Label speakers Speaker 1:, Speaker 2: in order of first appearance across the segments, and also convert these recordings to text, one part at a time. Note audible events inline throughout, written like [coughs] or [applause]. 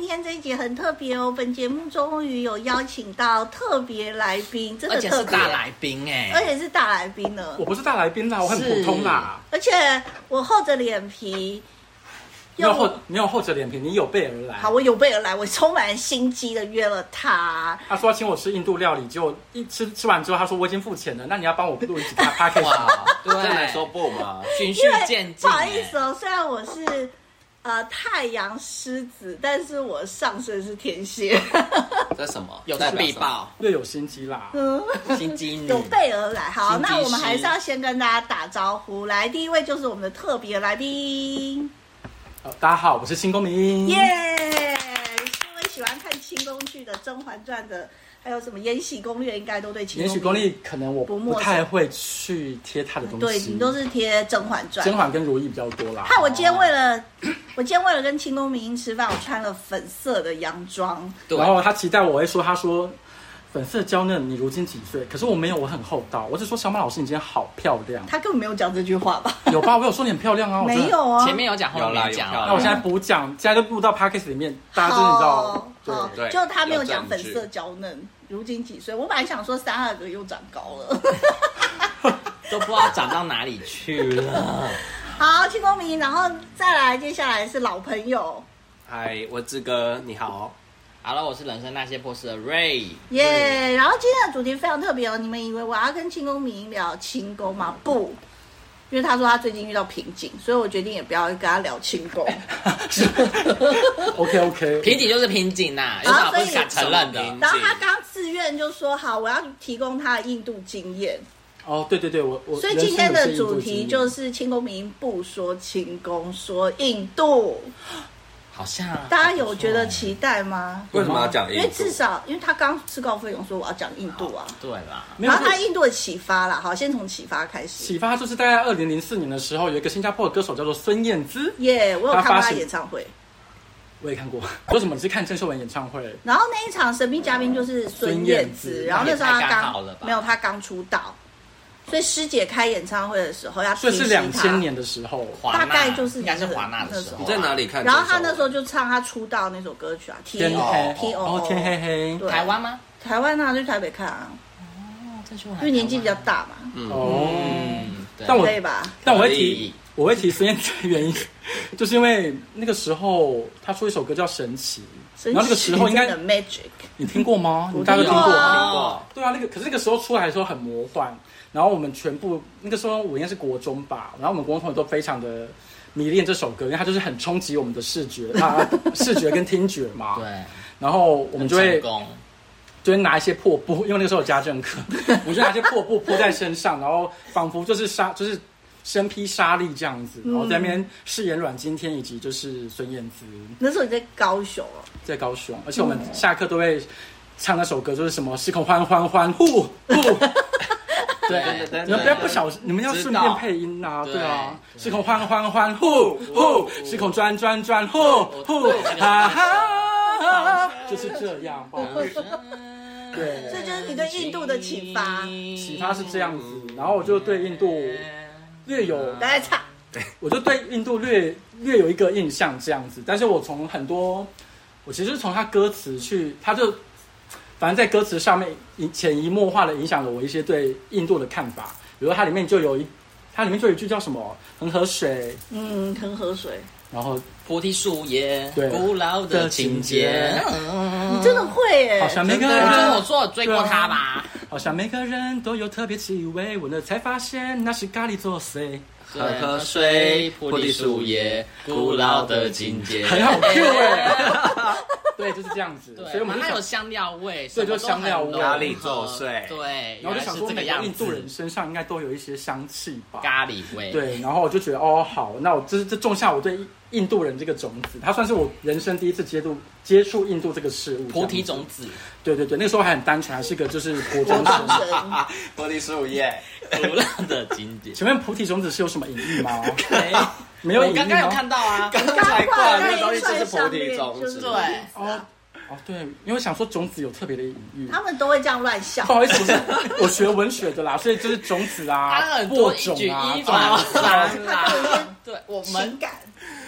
Speaker 1: 天这一节很特别哦，本节目终于有邀请到特别来宾，真
Speaker 2: 而
Speaker 1: 的
Speaker 2: 且
Speaker 1: 特
Speaker 2: 是
Speaker 1: 别，
Speaker 2: 大来宾哎、
Speaker 1: 而且是大来宾呢。
Speaker 3: 我不是大来宾啦，我很普通啦。
Speaker 1: 而且我厚着脸皮，
Speaker 3: 你
Speaker 1: [laughs]
Speaker 3: 有厚，你有厚着脸皮，你有备而来。
Speaker 1: 好，我有备而来，我充满心机的约了他。
Speaker 3: 他说要请我吃印度料理，结果一吃吃完之后，他说我已经付钱了，那你要帮我录一
Speaker 1: [laughs]
Speaker 3: 集 p o d
Speaker 2: 哇
Speaker 3: c，
Speaker 2: 对，
Speaker 4: 这能说不吗？
Speaker 2: 循序
Speaker 1: 因为
Speaker 2: 渐
Speaker 1: 不
Speaker 2: 进、
Speaker 1: 好
Speaker 2: 哎
Speaker 1: 意思哦，虽然我是呃太阳狮子，但是我上身是天 [laughs] 蝎，
Speaker 4: 这什么？
Speaker 2: 有
Speaker 4: 代
Speaker 2: 在
Speaker 4: 表
Speaker 2: 必
Speaker 4: 什么，
Speaker 2: 报，
Speaker 3: [laughs] 略有心机啦。
Speaker 1: 嗯，
Speaker 4: 心机女
Speaker 1: 有备而来。好，
Speaker 2: 心机
Speaker 1: 那我们还
Speaker 2: 师
Speaker 1: 是要先跟大家打招呼。来，第一位就是我们的特别来宾。
Speaker 3: 呃大家好，我是新公民。
Speaker 1: 耶！各位喜欢看清宫剧的《甄嬛传》的，还有什么《延禧攻略》，应该都对清
Speaker 3: 也许功力可能我
Speaker 1: 不
Speaker 3: 不
Speaker 1: 陌生
Speaker 3: 太会去贴他的东西，
Speaker 1: 对你都是贴《甄嬛传
Speaker 3: 甄》。嬛跟如懿比较多啦。
Speaker 1: 害我今天为了， [coughs] 我今天为了跟清宫明英吃饭，我穿了粉色的洋装。
Speaker 2: 对
Speaker 3: 哦然，后他期待我会说，他说粉色娇嫩，你如今几岁？可是我没有，我很厚道，我只说小马老师你今天好漂亮，
Speaker 1: 他根本没有讲这句话吧？
Speaker 3: 有吧？我有说你很漂亮啊，我真的
Speaker 1: 没。有啊。
Speaker 2: 前面有讲，后
Speaker 4: 有啦
Speaker 2: 面没讲
Speaker 4: 有啦
Speaker 3: 那我
Speaker 2: 啊，
Speaker 3: 现在补讲，现在就录到 podcast 里面，大家真的知
Speaker 1: 好
Speaker 3: 道，
Speaker 1: 好
Speaker 3: 对，
Speaker 4: 对
Speaker 1: 就他没有
Speaker 4: 有
Speaker 1: 讲
Speaker 4: 证
Speaker 1: 粉
Speaker 4: 据
Speaker 1: 色娇嫩，如今几岁？我本来想说三阿哥又长高了。
Speaker 2: 都不知道长到哪里去了。
Speaker 1: 好，清宫明英，然后再来，接下来是老朋友，
Speaker 4: 嗨，我志哥，你好。
Speaker 2: 好了，我是人生那些破事的 Ray，
Speaker 1: 耶、然后今天的主题非常特别哦，你们以为我要跟清宫明英聊清宫吗？不，因为他说他最近遇到瓶颈，所以我决定也不要跟他聊清
Speaker 3: [laughs]
Speaker 1: 宫。
Speaker 3: ，OK OK，
Speaker 2: 瓶颈就是瓶颈呐、有
Speaker 1: 好
Speaker 2: 什
Speaker 1: 所
Speaker 2: 么不
Speaker 1: 以
Speaker 2: 敢承认
Speaker 4: 什么
Speaker 2: 的？
Speaker 1: 然后他刚自愿就说好，我要提供他的印度经验，
Speaker 3: 哦，对对对，我我
Speaker 1: 所以今天的
Speaker 3: 人生有
Speaker 1: 主
Speaker 3: 些印
Speaker 1: 题
Speaker 3: 度
Speaker 1: 就
Speaker 3: 基因
Speaker 1: 是清宫明英不说清宫，说印度。
Speaker 2: 好像
Speaker 1: 大家有觉得期待吗？
Speaker 4: 为什么要讲
Speaker 1: 因
Speaker 4: 印
Speaker 1: 为
Speaker 4: 度
Speaker 1: 至？少，因为他刚自告奋勇说我要讲印度啊，啊
Speaker 2: 对啦，
Speaker 3: 没有
Speaker 1: 然后他
Speaker 3: 是
Speaker 1: 印度的启发啦，好，先从启发开始。
Speaker 3: 启发，就是大概二零零四年的时候，有一个新加坡的歌手叫做孙燕姿，
Speaker 1: 耶、我有
Speaker 3: 他
Speaker 1: 看过
Speaker 3: 发
Speaker 1: 他
Speaker 3: 行
Speaker 1: 演唱会。
Speaker 3: 我也看过。 [laughs] 说什么？你是看郑秀文演唱会？
Speaker 1: 然后那一场神秘嘉宾就是孙燕姿，
Speaker 3: 孙燕姿
Speaker 1: 然后那时候她
Speaker 2: 那也太刚好了
Speaker 1: 刚
Speaker 2: 吧
Speaker 1: 没有她刚出道，所以师姐开演唱会的时候要
Speaker 3: 所
Speaker 1: 提
Speaker 3: 以是
Speaker 1: 醒
Speaker 3: 两
Speaker 1: 她
Speaker 3: 千。年的时候，
Speaker 2: 华纳
Speaker 1: 大概就是
Speaker 2: 应该是华纳的时候啊，
Speaker 4: 你在哪里看这
Speaker 1: 然
Speaker 4: 首？
Speaker 1: 后她那时候就唱她出道那首歌曲啊，T
Speaker 3: 天
Speaker 1: O
Speaker 3: 黑，
Speaker 1: T
Speaker 3: 然后
Speaker 1: O，
Speaker 3: 天黑黑，
Speaker 1: 对
Speaker 2: 台湾吗？
Speaker 1: 台湾啊，去台北看啊，
Speaker 2: 哦，这句话
Speaker 1: 因为年纪比较，大嘛，
Speaker 3: 哦。
Speaker 2: 嗯，对
Speaker 3: 但我
Speaker 1: 可以吧？
Speaker 3: 但我会
Speaker 4: 可
Speaker 3: 提
Speaker 4: 以，
Speaker 3: 我会提孙燕姿的原因，就是因为那个时候她出一首歌叫《神奇》，嗯然后那个时候应该
Speaker 1: 神奇真的 Magic，
Speaker 3: 你听过吗？
Speaker 1: 我
Speaker 3: 你大家都
Speaker 1: 听
Speaker 3: 听
Speaker 1: 过
Speaker 3: 过
Speaker 1: 啊
Speaker 3: 吗？
Speaker 4: 听过，
Speaker 3: 对啊，那个可是那个时候出来的时候很魔幻，然后我们全部那个时候我应该是国中吧，然后我们国中同学都非常的迷恋这首歌，因为它就是很冲击我们的视觉啊， [laughs] 视觉跟听觉嘛。。
Speaker 2: 对，
Speaker 3: 然后我
Speaker 2: 我
Speaker 3: 们就会
Speaker 2: 功，
Speaker 3: 就会拿一些破布，因为那个时候有家政课， [laughs] 我就拿一些破布铺 [laughs] 在身上，然后仿佛就是沙就是身披沙粒这样子，然后在那边饰演阮经天以及就是孙燕姿
Speaker 1: 那时候你在高雄哦，
Speaker 3: 在高雄，而且我们下课都会唱那首歌，就是什么“失控欢欢欢呼呼”。
Speaker 2: 对
Speaker 4: 对
Speaker 3: 你们不要不小心，你们要顺便配音啊，
Speaker 2: 知道
Speaker 3: 对啊，
Speaker 2: 对
Speaker 3: 失控欢欢欢呼呼，失控转转转呼呼，哈哈，就是这样，不好意思 [laughs] 对，
Speaker 1: 这就是你对印度的启发
Speaker 3: 启发是这样子，然后我就对印度略有，
Speaker 1: 大家唱，
Speaker 3: 我就对印度略略有一个印象这样子，但是我从很多，我其实是从他歌词去，他就反正在歌词上面影潜移默化的影响了我一些对印度的看法，比如它里面就有一，它里面就有一句叫什么恒河水，
Speaker 1: 嗯，很喝水，
Speaker 3: 然后
Speaker 2: 菩提树叶，
Speaker 3: 对
Speaker 2: 古老的情节
Speaker 3: 的。
Speaker 1: 你真的会耶、
Speaker 3: 嗯好像每
Speaker 2: 真
Speaker 3: 个
Speaker 2: 的，就是我
Speaker 3: 人
Speaker 2: 说我追过他吧，
Speaker 3: 好像每个人都有特别气味，闻了才发现那是咖喱作祟，
Speaker 4: 喝喝水，
Speaker 2: 菩提树叶，古老的情节。
Speaker 3: 很好 Q 哎， [laughs] 对，就是这样子，
Speaker 2: 对，
Speaker 3: 所以我们就
Speaker 2: 它
Speaker 3: 想
Speaker 2: 有香料味，
Speaker 3: 对就香料味
Speaker 2: 什么都很
Speaker 3: 咖
Speaker 4: 喱
Speaker 2: 融合
Speaker 4: 作祟
Speaker 2: 对，
Speaker 3: 然后就想说，
Speaker 2: 原来是这个
Speaker 3: 每个
Speaker 2: 样子
Speaker 3: 印度人身上应该都有一些香气吧？
Speaker 2: 咖喱味，，
Speaker 3: 对，然后我就觉得哦，好，那我这这种下我对印度人这个种子，它算是我人生第一次接触接触印度这个事物。
Speaker 2: 菩提
Speaker 3: 这样
Speaker 2: 种
Speaker 3: 子，
Speaker 2: 子，
Speaker 3: 对对对，那时候还很单纯，还是个就是国中
Speaker 1: 高
Speaker 3: 生。
Speaker 1: 雄
Speaker 4: 啊玻璃树 [laughs] 叶，
Speaker 2: 古老的情节。
Speaker 3: 请问菩提种子是有什么隐
Speaker 2: [laughs]
Speaker 3: 喻吗？
Speaker 2: 哎
Speaker 3: 没有隐
Speaker 2: 我
Speaker 3: 喻
Speaker 2: 刚刚有
Speaker 3: 吗
Speaker 2: 看到啊，
Speaker 4: 刚
Speaker 1: 刚
Speaker 4: 才
Speaker 1: 挂
Speaker 4: 挂
Speaker 1: 在那
Speaker 4: 的那个东
Speaker 1: 一
Speaker 4: 西就
Speaker 1: 串
Speaker 4: 是菩
Speaker 1: 上
Speaker 4: 提
Speaker 1: 面，
Speaker 4: 种
Speaker 1: 就是
Speaker 4: 子，
Speaker 2: 对
Speaker 3: 哦哦，对，因为我想说种子有特别的隐喻。
Speaker 1: 他们都会这样乱笑
Speaker 3: 不。好意思，我是 [laughs] 我学文学的啦，所以就是种子啊
Speaker 2: 它、很
Speaker 3: 播
Speaker 2: 多一
Speaker 3: 种
Speaker 2: 举
Speaker 3: 啊
Speaker 2: 一，
Speaker 3: 种
Speaker 2: 反
Speaker 3: 子啊 [laughs]
Speaker 2: 三
Speaker 1: 它都有一些
Speaker 2: 啦。对，我
Speaker 1: 情
Speaker 2: 们
Speaker 1: 感，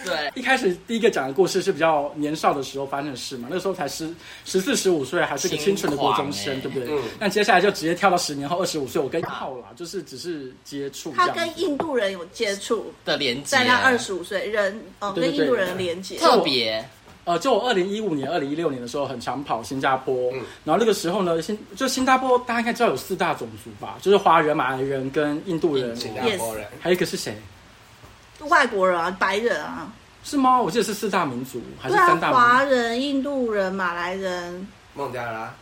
Speaker 2: 对，
Speaker 3: 一开始第一个讲的故事是比较年少的时候发生的事嘛，那时候才十十四十五岁，还是个清纯的国中
Speaker 2: 轻
Speaker 3: 生，
Speaker 2: 啊狂
Speaker 3: 对不对？
Speaker 4: 嗯
Speaker 3: 那接下来就直接跳到十年后二十五岁，我跟浩啦，就是只是接触这
Speaker 1: 他
Speaker 3: 样
Speaker 1: 跟
Speaker 3: 子。
Speaker 1: 印度人有接触，
Speaker 2: 的连接，
Speaker 1: 在他二十五岁人哦，
Speaker 3: 对对
Speaker 1: 跟
Speaker 3: 对
Speaker 1: 印度人的连接，
Speaker 2: 特别
Speaker 3: 呃，就我二零一五年、二零一六年的时候，很常跑新加坡，
Speaker 4: 嗯
Speaker 3: 然后那个时候呢，新就新加坡大家应该知道有四大种族吧，就是华人、马来人跟印度人，
Speaker 4: 新加坡人
Speaker 3: 还有一个是谁？
Speaker 1: 外国人啊，白人啊，
Speaker 3: 是吗？我记得是四大民族还是
Speaker 1: 对啊
Speaker 3: 三，大民族？
Speaker 1: 华人、印度人、马来人，
Speaker 4: 孟加拉，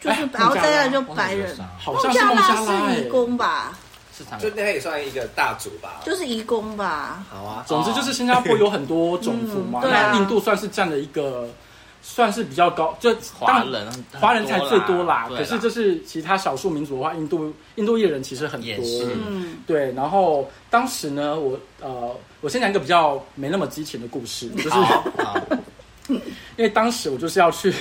Speaker 1: 就是
Speaker 3: 哎
Speaker 1: 然后
Speaker 3: 孟加拉
Speaker 1: 再来就白人。
Speaker 3: 好像是孟加
Speaker 1: 拉
Speaker 3: 拉、
Speaker 1: 是
Speaker 3: 欸
Speaker 1: 移。工吧，
Speaker 2: 市场
Speaker 4: 就那也算一个大族吧。
Speaker 1: 就是移工吧。
Speaker 4: 好啊，
Speaker 3: 总之就是新加坡有很多种族嘛，
Speaker 1: 嗯对啊
Speaker 3: 那印度算是占了一个，算是比较高，就
Speaker 2: 华
Speaker 3: 当
Speaker 2: 人，
Speaker 3: 华人才最多啦。
Speaker 2: 对哦
Speaker 3: 可是就是其他少数民族的话，印度印度裔人其实很
Speaker 2: 也
Speaker 3: 多。
Speaker 2: 是
Speaker 1: 嗯，
Speaker 3: 对，然后当时呢，我呃，我先讲一个比较没那么激情的故事，就是
Speaker 2: 好好
Speaker 3: [laughs] 因为当时我就是要去，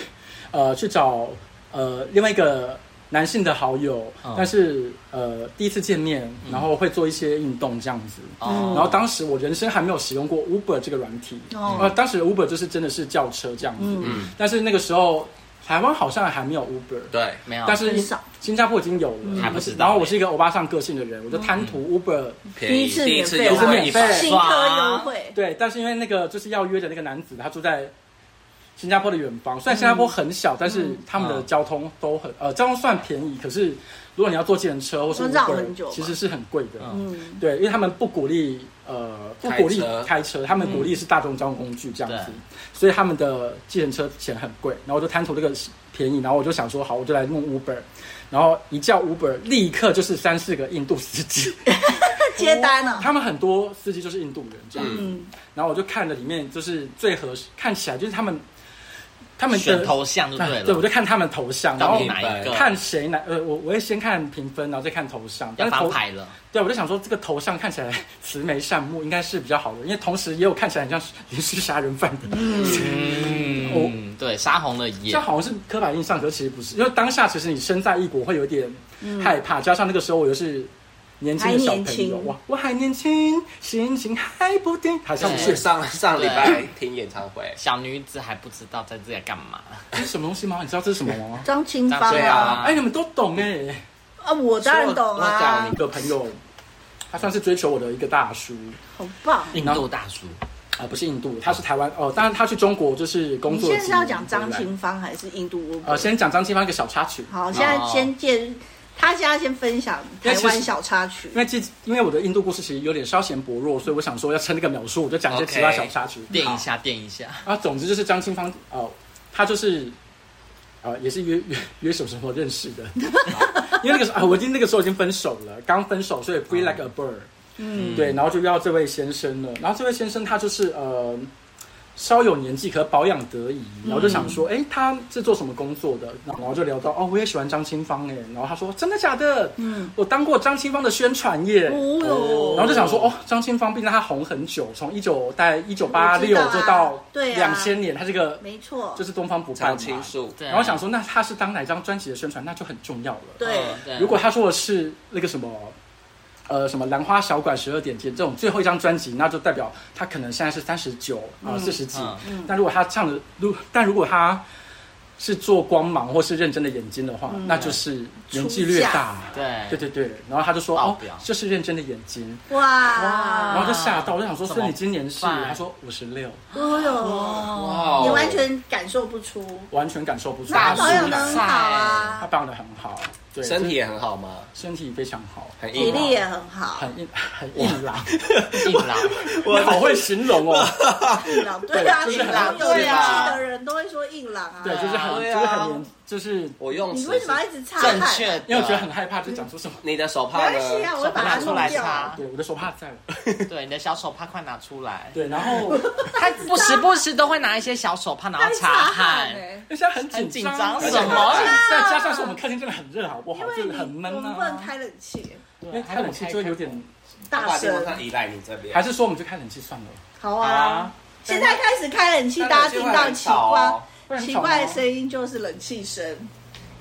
Speaker 3: 呃，去找呃另外一个男性的好友，
Speaker 2: 嗯
Speaker 3: 但是呃第一次见面，然后会做一些运动这样子。
Speaker 2: 哦
Speaker 3: 然后当时我人生还没有使用过 Uber 这个软体，
Speaker 1: 哦
Speaker 3: 呃，当时 Uber 就是真的是轿车这样子，
Speaker 1: 嗯
Speaker 3: 但是那个时候台湾好像还没有 Uber，
Speaker 4: 对，
Speaker 2: 没有，
Speaker 3: 但是
Speaker 1: 嗯很少嗯
Speaker 3: 新加坡已经有了，
Speaker 2: 还不知道
Speaker 3: 然后我是一个欧巴上个性的人，我就贪图 Uber，、
Speaker 4: 便
Speaker 1: 第
Speaker 4: 宜
Speaker 1: 一次
Speaker 4: 第一
Speaker 1: 免
Speaker 4: 次
Speaker 1: 费
Speaker 4: 优
Speaker 1: 啊
Speaker 3: 免
Speaker 4: 惠一百
Speaker 3: 费，
Speaker 1: 新科优惠，
Speaker 3: 对，但是因为那个就是要约的那个男子，他住在新加坡的远方，虽然新加坡很
Speaker 1: 嗯
Speaker 3: 小，但是他们的交通都很呃交通算便宜，可是如果你要坐计程车或
Speaker 1: 都
Speaker 3: 是
Speaker 1: 绕
Speaker 3: Uber，
Speaker 1: 很久嘛
Speaker 3: 其实是很贵的。
Speaker 2: 嗯
Speaker 1: 嗯，
Speaker 3: 对，因为他们不鼓励呃不鼓励
Speaker 4: 开车
Speaker 3: 开车，他们鼓励是大众交通工具这样子
Speaker 2: 对，
Speaker 3: 所以他们的计程车钱很贵。然后我就贪图这个便宜，然后我就想说好，我就来弄 Uber，然后一叫 Uber，立刻就是三四个印度司机，
Speaker 1: 接单了，
Speaker 3: 他们很多司机就是印度人这样。
Speaker 4: 嗯，
Speaker 1: 嗯，
Speaker 3: 然后我就看了里面就是最合适，看起来就是他们他们的
Speaker 2: 选头像就
Speaker 3: 哎
Speaker 2: 对了，
Speaker 3: 对，我就看他们头像，然
Speaker 2: 到
Speaker 3: 后
Speaker 2: 底哪一个
Speaker 3: 看谁哪呃，我我会先看评分，然后再看头像。
Speaker 2: 要
Speaker 3: 但是
Speaker 2: 翻
Speaker 3: 头
Speaker 2: 牌了，
Speaker 3: 对，我就想说这个头像看起来 [laughs] 慈眉善目，应该是比较好的，因为同时也有看起来很像是连续杀人犯的，
Speaker 2: 嗯，对，杀红了
Speaker 3: 这
Speaker 2: 眼
Speaker 3: 样，好像是刻板印象，可是其实不是，因为当下其实你身在异国会有点害怕，加上那个时候我又是。年轻的小
Speaker 1: 嗯还
Speaker 3: 朋
Speaker 1: 年
Speaker 3: 友，
Speaker 1: 轻
Speaker 3: 哇，我还年轻，心情还不定，好像
Speaker 4: 上
Speaker 3: 不是
Speaker 4: 次上上礼拜听演唱会，
Speaker 2: 小女子还不知道在这里干嘛，
Speaker 3: 这是什么东西吗？你知道这是什么吗？
Speaker 1: 张清芳
Speaker 2: 张
Speaker 4: 对
Speaker 2: 清
Speaker 1: 啊，
Speaker 2: 芳
Speaker 3: 哎、你们都懂哎、
Speaker 1: 啊，我当然懂
Speaker 4: 我我
Speaker 1: 啊
Speaker 4: 讲
Speaker 3: 一，个朋友，他算是追求我的一个大叔
Speaker 1: 好棒。
Speaker 2: 印度大叔，
Speaker 3: 啊、不是印度，他是台湾哦，当然他去中国就是工
Speaker 1: 你
Speaker 3: 作。
Speaker 1: 现在是要讲张？清芳还是印度
Speaker 3: 呃，
Speaker 1: 乌？
Speaker 3: 先哦讲张清芳一个小插曲，
Speaker 1: 好，现在先介，他现在先分享台湾小插曲
Speaker 3: 因。为这因为我的印度故事其实有点稍显薄弱，所以我想说要撑那个秒数，我就讲一些其他
Speaker 4: OK
Speaker 3: 小插曲。
Speaker 2: 垫一
Speaker 3: 好
Speaker 2: 下，垫一下，
Speaker 3: 啊，总之就是张清芳哦、他就是。呃，也是约约约什么时候认识
Speaker 1: [laughs]
Speaker 3: 的？因为那个时候啊，我已经那个时候已经分手了，刚分手，所以 free like a bird。
Speaker 1: 哦嗯，
Speaker 3: 对，然后就遇到这位先生了。然后这位先生他就是呃稍有年纪，可保养得宜。
Speaker 1: 嗯
Speaker 3: 然后就想说，哎、他是做什么工作的？然后就聊到，哦，我也喜欢张清芳哎。然后他说，真的假的？
Speaker 1: 嗯，
Speaker 3: 我当过张清芳的宣传耶。
Speaker 1: 哦哟，
Speaker 3: 然后就想说，哦，张清芳毕竟她红很久，从一九大概一九八
Speaker 1: 我知
Speaker 3: 六
Speaker 1: 道啊
Speaker 3: 就到
Speaker 1: 对啊
Speaker 3: 两千年，她这个
Speaker 1: 没错，
Speaker 3: 就是东方不败
Speaker 4: 常
Speaker 3: 嘛。
Speaker 4: 青树，
Speaker 2: 对，啊
Speaker 3: 然后想，说，那她是当哪张专辑的宣传，那就很重要了。
Speaker 1: 对，
Speaker 2: 对，
Speaker 3: 如果他说的是那个什么，呃，什么兰花小馆十二点见这种最后一张专辑，那就代表他可能现在是三十九啊四十几。
Speaker 2: 嗯
Speaker 3: 但如果他唱的，如但如果他是做光芒或是认真的眼睛的
Speaker 1: 嗯
Speaker 3: 话，那就是年纪略大。
Speaker 2: 对
Speaker 3: 对对对，然后他就说
Speaker 2: 爆
Speaker 3: 哦
Speaker 2: 表，
Speaker 3: 就是认真的眼睛，
Speaker 1: 哇，
Speaker 3: 然后就吓到，我就想说，
Speaker 2: 怎
Speaker 3: 所
Speaker 2: 么
Speaker 3: 以你今年是？
Speaker 2: 办
Speaker 3: 他说五十六，
Speaker 1: 哦哟，
Speaker 4: 哇哦
Speaker 1: 你完全感受不出，
Speaker 3: 完全感受不出
Speaker 1: 那
Speaker 3: 来。
Speaker 1: 他保养
Speaker 2: 大
Speaker 1: 的
Speaker 2: 叔
Speaker 1: 很好
Speaker 3: 他
Speaker 1: 啊，
Speaker 3: 保养的很好，对，
Speaker 4: 身体也很好吗？
Speaker 3: 身体非常好，
Speaker 4: 很
Speaker 1: 体
Speaker 4: 硬
Speaker 1: 力
Speaker 4: 吗，
Speaker 1: 也很好，
Speaker 3: 很硬很硬朗，
Speaker 2: 硬朗，
Speaker 3: 我 [laughs] 好会形容哦。
Speaker 1: 硬朗，对啊，
Speaker 3: 就是
Speaker 1: 硬
Speaker 3: 很
Speaker 1: 朗，有
Speaker 4: 对
Speaker 1: 力
Speaker 4: 啊
Speaker 1: 气的人都会说硬朗啊。
Speaker 3: [laughs] 对，就是很，
Speaker 4: 对
Speaker 3: 就
Speaker 4: 啊
Speaker 3: 是很严，就是
Speaker 4: 我用
Speaker 1: 你
Speaker 4: 词
Speaker 1: 为什么要一直擦
Speaker 2: 正
Speaker 1: 汗？
Speaker 2: 确的，
Speaker 3: 因为我觉得很害怕，就讲出什么。
Speaker 4: 你的手
Speaker 1: 没
Speaker 4: 帕
Speaker 1: 关系啊，
Speaker 4: 呢？
Speaker 1: 我会把它弄
Speaker 2: 手不拿出来
Speaker 1: 掉啊。
Speaker 2: 擦
Speaker 3: 对，我的手帕在了。
Speaker 2: 对，你的小手帕快拿出来，
Speaker 3: 对，然后
Speaker 2: 他不时不时都会拿一些小手帕，然
Speaker 1: 它
Speaker 2: 后
Speaker 1: 会
Speaker 2: 擦
Speaker 1: 汗
Speaker 2: 汗，
Speaker 1: 欸
Speaker 3: 现在很紧
Speaker 2: 紧
Speaker 3: 张
Speaker 2: 张
Speaker 3: 而且
Speaker 4: 什么
Speaker 1: 啦
Speaker 3: 再加上是我们客厅真的很热，好不好
Speaker 1: 因？为
Speaker 3: 哦真
Speaker 1: 你
Speaker 3: 的很闷
Speaker 1: 我们不能
Speaker 3: 啊。
Speaker 1: 开冷气，
Speaker 3: 因为开冷气就会有点，
Speaker 4: 我
Speaker 1: 大
Speaker 4: 把电风
Speaker 1: 声
Speaker 4: 扇依赖你这边，
Speaker 3: 还是说我们就开冷气算了。
Speaker 1: 好
Speaker 2: 好
Speaker 1: 啊
Speaker 2: 啊。
Speaker 1: 现在开始开冷气，
Speaker 4: 但
Speaker 1: 大家
Speaker 4: 冷气
Speaker 1: 听
Speaker 4: 会
Speaker 1: 到
Speaker 4: 很
Speaker 1: 奇
Speaker 4: 吵
Speaker 1: 怪
Speaker 4: 哦
Speaker 3: 会很
Speaker 1: 奇
Speaker 3: 吵吗啊
Speaker 1: 怪的声音就是冷气声，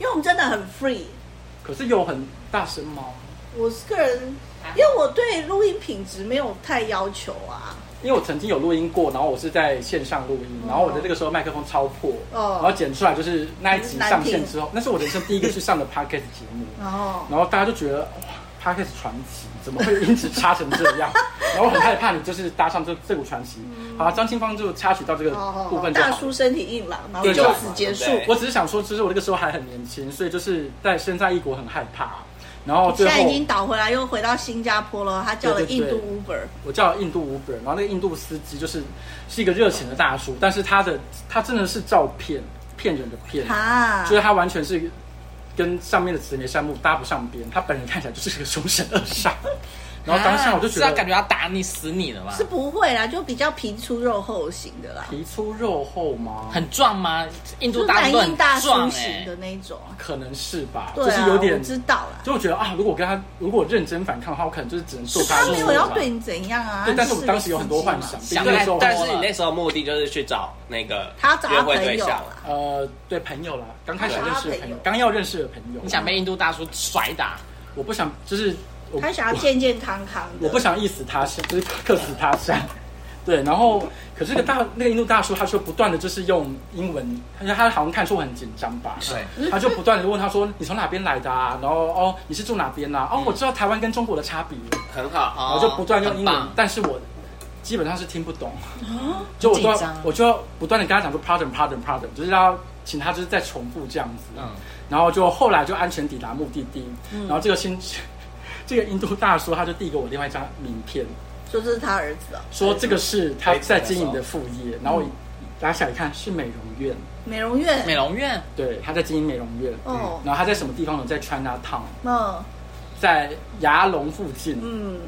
Speaker 1: 因为我们真的很 free。
Speaker 3: 可是有很大声吗？
Speaker 1: 我是个人，因为我对录音品质没有太要求啊，
Speaker 3: 因为我曾经有录音过，然后我是在线上录音，然后我的那个时候麦克风超破，
Speaker 1: 哦
Speaker 3: 然后剪出来就是那一集
Speaker 1: 难
Speaker 3: 上
Speaker 1: 听
Speaker 3: 线之后，那是我人生第一个去上的 podcast 节目，
Speaker 1: 然后
Speaker 3: 然后大家就觉得哇 podcast 传奇怎么会音质差成
Speaker 1: [laughs]
Speaker 3: 这样？然后我很害怕你就是搭上这这股传奇。好、啊，张清芳就插曲到这个部
Speaker 1: 嗯哦，
Speaker 3: 分就
Speaker 1: 大
Speaker 3: 好。
Speaker 1: 叔身体硬朗，然后
Speaker 4: 店
Speaker 1: 就
Speaker 4: 长嘛
Speaker 1: 此结束。
Speaker 4: 对不
Speaker 3: 我只是想说，其实我那个时候还很年轻，所以就是在身在异国很害怕。然后最
Speaker 1: 现在已经
Speaker 3: 后
Speaker 1: 倒回来，又回到新加坡了。他叫了
Speaker 3: 对对
Speaker 1: 印
Speaker 3: 对
Speaker 1: 度 Uber，
Speaker 3: 我叫印度 Uber，然后那个印度司机就是是一个热情的大叔，但是他的他真的是照骗骗人的骗，
Speaker 1: 哈，
Speaker 3: 就是他完全是跟上面的慈眉善目搭不上边，他本人看起来就是个凶神恶煞。然后当下我就觉
Speaker 2: 是要啊
Speaker 3: 得
Speaker 2: 感觉要打你死你了吧
Speaker 1: 是？不会啦，就比较皮粗肉厚型的啦，
Speaker 3: 皮粗肉厚吗？
Speaker 2: 很壮吗？印
Speaker 1: 就
Speaker 2: 度
Speaker 1: 是
Speaker 2: 大
Speaker 1: 南
Speaker 2: 叔都
Speaker 1: 印
Speaker 2: 很
Speaker 1: 大叔
Speaker 2: 壮
Speaker 1: 型
Speaker 2: 哎
Speaker 1: 的，那种。
Speaker 3: 可能是吧，
Speaker 1: 对
Speaker 3: 就是
Speaker 1: 啊，
Speaker 3: 有
Speaker 1: 我
Speaker 3: 点，
Speaker 1: 知道啦。
Speaker 3: 就我觉得啊，如果我跟他如果认真反抗的话，我可能就是只能做
Speaker 1: 他
Speaker 3: 他的
Speaker 1: 没
Speaker 3: 事
Speaker 1: 有要
Speaker 3: 吧
Speaker 1: 对。你怎样啊？
Speaker 3: 对，但是我
Speaker 1: 他个
Speaker 3: 们当时有很多
Speaker 1: 司机
Speaker 3: 幻
Speaker 1: 嘛
Speaker 3: 想，毕
Speaker 2: 想
Speaker 3: 竟那时候
Speaker 2: 太
Speaker 4: 但
Speaker 2: 多
Speaker 4: 是
Speaker 2: 了
Speaker 4: 你那时候目的就是去找那个
Speaker 1: 他要找
Speaker 4: 约
Speaker 1: 他
Speaker 4: 会
Speaker 1: 朋
Speaker 4: 对
Speaker 1: 友啊
Speaker 4: 象，啊
Speaker 1: 啦。
Speaker 3: 呃，对朋友啦，刚开始
Speaker 1: 啊他
Speaker 3: 认识的
Speaker 1: 朋
Speaker 3: 朋
Speaker 1: 友
Speaker 3: 友，刚要认识的朋友，
Speaker 2: 你想被印度大叔甩打？
Speaker 3: 我不想就是我
Speaker 1: 他想要健健康康的。
Speaker 3: 我不想一死他乡，就是客死他乡。 [laughs] 对，然后可是那个大那个印度大叔，他就不断的就是用英文，他他好像看出我很紧张吧，他就不断的问他说你从哪边来的啊？然后哦你是住哪边啊？哦我知道台湾跟中国的差别，
Speaker 4: 很好，
Speaker 3: 然后就不断用英文
Speaker 2: 很棒，哦
Speaker 3: 但是我基本上是听不懂， [laughs] 就我就
Speaker 2: 很紧
Speaker 3: 要
Speaker 2: 张
Speaker 3: 我就要不断的跟他讲说 pardon pardon pardon，就是要请他就是再重复这样子，
Speaker 2: 嗯，
Speaker 3: 然后就后来就安全抵达目的地，然后这个新 [laughs] 这个印度大叔他就递给我另外一张名片，
Speaker 1: 说这是他儿子哦，
Speaker 3: 说这个是他在经营的副业，
Speaker 2: 嗯
Speaker 3: 然后我拿起来看是美容院，
Speaker 1: 美容院。
Speaker 2: 美容院
Speaker 3: 对，他在经营美容院，
Speaker 1: 哦
Speaker 3: 然后他在什么地方呢？在 China Town，
Speaker 1: 嗯
Speaker 3: 在牙龙附近，
Speaker 1: 嗯，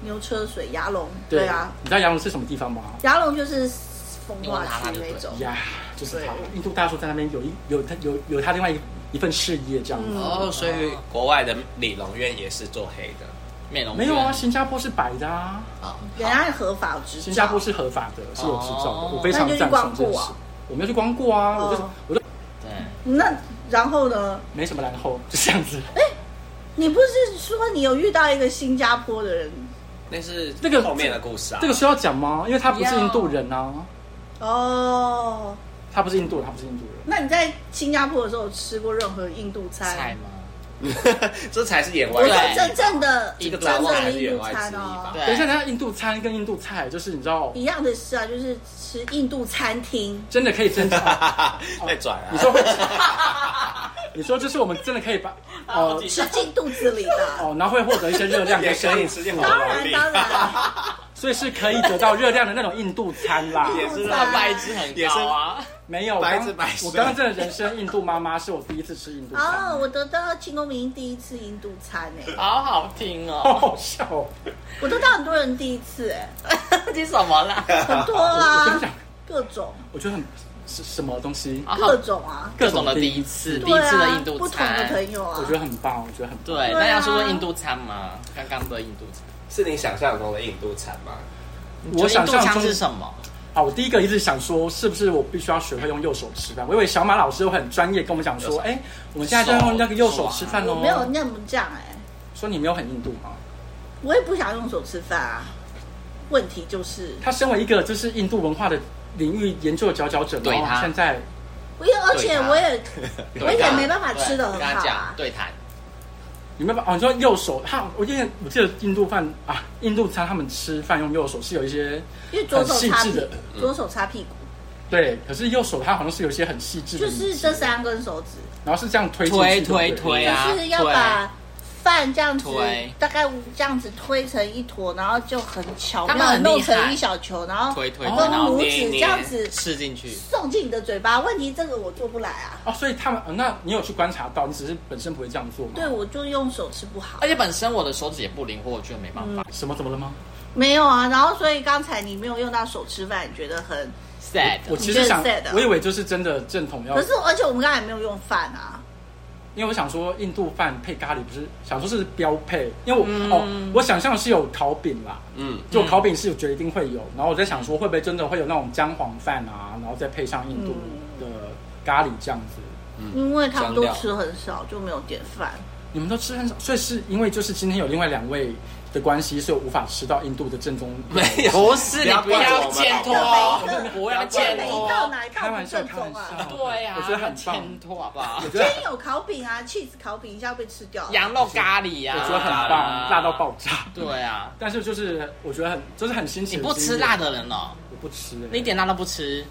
Speaker 1: 牛车水牙龙，对啊，
Speaker 3: 你知道牙龙是什么地方吗？
Speaker 1: 牙龙就是风化区那种。
Speaker 3: 呀，就是
Speaker 1: 对
Speaker 3: 他印度大叔在那边有一有他有有他另外一一份事业这样
Speaker 1: 嗯
Speaker 3: 子。
Speaker 4: 哦，所以国外的理容院也是做黑的
Speaker 2: 美容院
Speaker 3: 没有啊，新加坡是白的啊，
Speaker 2: 哦
Speaker 4: 啊，
Speaker 1: 人家合法执照，
Speaker 3: 新加坡是合法的，是有执照的，
Speaker 2: 哦
Speaker 3: 我非常
Speaker 1: 那你
Speaker 3: 赞成
Speaker 1: 就去
Speaker 3: 这
Speaker 1: 光
Speaker 3: 件
Speaker 1: 顾
Speaker 3: 事
Speaker 1: 啊。
Speaker 3: 我没有去光顾啊，我就
Speaker 1: 哦
Speaker 3: 我就
Speaker 2: 对，
Speaker 1: 那然后呢？
Speaker 3: 没什么然后，就这样子。
Speaker 1: 你不是说你有遇到一个新加坡的人
Speaker 4: 那是
Speaker 3: 这个
Speaker 4: 后面的故事啊，
Speaker 3: 这个需要讲吗？因为他不是印度人啊，
Speaker 1: 哦？
Speaker 3: 他不是印度人，他不是印度人。
Speaker 1: 那你在新加坡的时候有吃过任何印度
Speaker 2: 菜
Speaker 1: 餐？
Speaker 2: 吗？
Speaker 4: [laughs] 这才是演
Speaker 1: 我
Speaker 4: 外
Speaker 1: 说
Speaker 2: 对
Speaker 1: 真正的
Speaker 4: 这
Speaker 1: 真
Speaker 4: 个
Speaker 1: 正
Speaker 4: 展望
Speaker 1: 的
Speaker 4: 还是
Speaker 1: 印
Speaker 4: 言
Speaker 1: 度
Speaker 4: 外
Speaker 1: 餐
Speaker 4: 之意吧
Speaker 1: 哦。
Speaker 2: 对，
Speaker 3: 等一下，等一下，印度餐跟印度菜就是你知道，
Speaker 1: 一样的事啊，就是吃印度餐厅，
Speaker 3: 真的可以争吵。
Speaker 4: [laughs] 再转啊，
Speaker 3: 哦
Speaker 1: [laughs]
Speaker 3: 你说会，你说就是我们真的可以把呃
Speaker 1: 吃进肚子里的。
Speaker 3: [laughs] 哦，然后会获得一些热量
Speaker 4: 也
Speaker 3: 跟
Speaker 4: 可
Speaker 3: 生
Speaker 4: 以
Speaker 3: 意，
Speaker 4: 吃
Speaker 1: [laughs]
Speaker 4: 进
Speaker 1: 当然当然，
Speaker 3: 所以是可以得到热量的那种印度餐
Speaker 2: [laughs]
Speaker 3: 啦。
Speaker 4: 也是
Speaker 2: 那白痴很高啊，
Speaker 3: 没有，我
Speaker 4: 白
Speaker 3: 刚
Speaker 4: 吃白吃
Speaker 3: 我刚刚真的人生印度妈妈是我第一次吃印度餐，
Speaker 2: [laughs]
Speaker 1: 哦，我得到庆功明第一次印度餐哎、
Speaker 2: 好好听
Speaker 3: 好 [laughs]
Speaker 2: 哦。
Speaker 3: 好笑哦。
Speaker 1: 我得到很多人第一次哎、
Speaker 2: 你什么啦？
Speaker 1: 很多
Speaker 3: [laughs] 我跟
Speaker 1: 啊
Speaker 3: 你讲，
Speaker 1: 各种
Speaker 3: 我觉得很是什么东西，
Speaker 2: 好好
Speaker 1: 各种啊，
Speaker 2: 各种的第一次，第
Speaker 1: 对
Speaker 2: 一次的
Speaker 1: 啊
Speaker 2: 印，度
Speaker 1: 不同的
Speaker 2: 餐。
Speaker 1: 朋友啊，
Speaker 3: 我觉得很棒，我觉得很棒。
Speaker 2: 对，
Speaker 1: 对啊
Speaker 2: 那要说说印度餐吗？刚刚的印度餐，
Speaker 4: 是你想象中的印度餐
Speaker 3: [laughs]
Speaker 4: 吗？
Speaker 3: 我
Speaker 2: 你觉得
Speaker 3: 想
Speaker 2: 印
Speaker 3: 象
Speaker 2: 度餐
Speaker 3: 中
Speaker 2: 是什么？
Speaker 3: 啊，我第一个一直想说，是不是我必须要学会用右手吃饭？我以为小马老师会很专业跟我们讲
Speaker 2: 右手
Speaker 3: 说，哎、我们现在就要用那个右手吃饭
Speaker 1: 我
Speaker 3: 喽。
Speaker 1: 没有那么这样哎、
Speaker 3: 说你没有很印度吗？
Speaker 1: 我也不想用手吃饭啊。问题就是，
Speaker 3: 他身为一个就是印度文化的领域研究的佼佼者，
Speaker 2: 对
Speaker 3: 然后
Speaker 2: 他
Speaker 3: 现在
Speaker 1: 我也而且
Speaker 2: 对啊
Speaker 1: 我也我
Speaker 2: 对
Speaker 1: 也
Speaker 2: 谈
Speaker 1: 没办法吃得很
Speaker 2: 对跟
Speaker 1: 好
Speaker 2: 他
Speaker 1: 啊
Speaker 2: 讲。对谈，
Speaker 3: 你们哦，你说右手，他我记得我记得印度饭啊，印度餐他们吃饭用右手是有一些
Speaker 1: 因为左手擦
Speaker 3: 很细
Speaker 1: 屁
Speaker 3: 致的，嗯
Speaker 1: 左手擦屁股，
Speaker 3: 对，可是右手它好像是有一些很细致的
Speaker 1: 就
Speaker 3: 仪
Speaker 1: 是
Speaker 3: 器，
Speaker 1: 这三根手指，
Speaker 3: 然后是这样推进
Speaker 2: 推
Speaker 3: 去
Speaker 2: 推
Speaker 3: 对不对
Speaker 2: 推啊，
Speaker 1: 就是要
Speaker 2: 推
Speaker 1: 把饭这样子
Speaker 2: 推，
Speaker 1: 大概这样子推成一坨，然后就很巧
Speaker 2: 他们
Speaker 1: 妙地
Speaker 2: 很厉害
Speaker 1: 弄成一小球，然后
Speaker 2: 推推，
Speaker 1: 跟
Speaker 2: 推然后
Speaker 1: 拇指哦这样子
Speaker 2: 吃进去。
Speaker 1: 送进你的嘴巴。问题这个我做不来啊，
Speaker 3: 哦，所以他们、呃那你有去观察到，你只是本身不会这样做吗？
Speaker 1: 对，我就用手吃不好
Speaker 2: 而。且本身我的手指也不灵活，我觉得没办
Speaker 1: 嗯
Speaker 2: 法。
Speaker 3: 什么怎么了吗？
Speaker 1: 没有啊，然后所以刚才你没有用到手吃饭，你觉得很，
Speaker 2: sad， [laughs]
Speaker 3: 我其
Speaker 1: 你觉
Speaker 3: 实
Speaker 1: 得
Speaker 3: 想
Speaker 1: sad 啊，
Speaker 3: 我以为就是真的正统要
Speaker 1: 可，是而且我们刚才也没有用饭啊，
Speaker 3: 因为我想说印度饭配咖喱不是想说是标配，因为我、
Speaker 1: 嗯
Speaker 3: 哦，我想象是有烤饼啦，
Speaker 4: 嗯，
Speaker 3: 就烤饼是有觉得一定会有，然后我在想说会不会真的会有那种姜黄饭啊，然后再配上印度
Speaker 2: 嗯
Speaker 3: 的咖喱这样子。
Speaker 1: 因为他们
Speaker 4: 香
Speaker 1: 都
Speaker 4: 料
Speaker 1: 吃很少，就没有点饭。
Speaker 3: 你们都吃很少，所以是因为就是今天有另外两位的关系，所以无法吃到印度的正宗料理。
Speaker 4: 没有，
Speaker 2: 不是
Speaker 4: 不要
Speaker 2: 你不要
Speaker 1: 每
Speaker 2: 牵
Speaker 1: 一
Speaker 2: 拖
Speaker 1: 道
Speaker 2: 哦
Speaker 1: 每一个，
Speaker 2: 不要
Speaker 1: 见
Speaker 2: 牵
Speaker 1: 每一
Speaker 2: 拖
Speaker 1: 道，哪一
Speaker 3: 开
Speaker 1: 道
Speaker 3: 玩
Speaker 1: 不
Speaker 3: 笑，
Speaker 1: 正
Speaker 3: 开玩
Speaker 1: 宗啊？
Speaker 3: 笑，
Speaker 2: 对呀，
Speaker 3: 我觉得很棒。
Speaker 2: 牵拖好不好
Speaker 3: 我？觉
Speaker 1: 今
Speaker 3: 得
Speaker 1: 天有烤饼啊，cheese 烤饼一下被吃掉了。
Speaker 2: 羊肉咖喱呀，
Speaker 3: 我觉得很棒，辣到。爆炸。
Speaker 2: 对啊，
Speaker 3: 但是就是我觉得很就是很新奇。
Speaker 2: 你不吃辣，的人哦，
Speaker 3: 我不吃、欸。
Speaker 2: 你一点辣都不吃。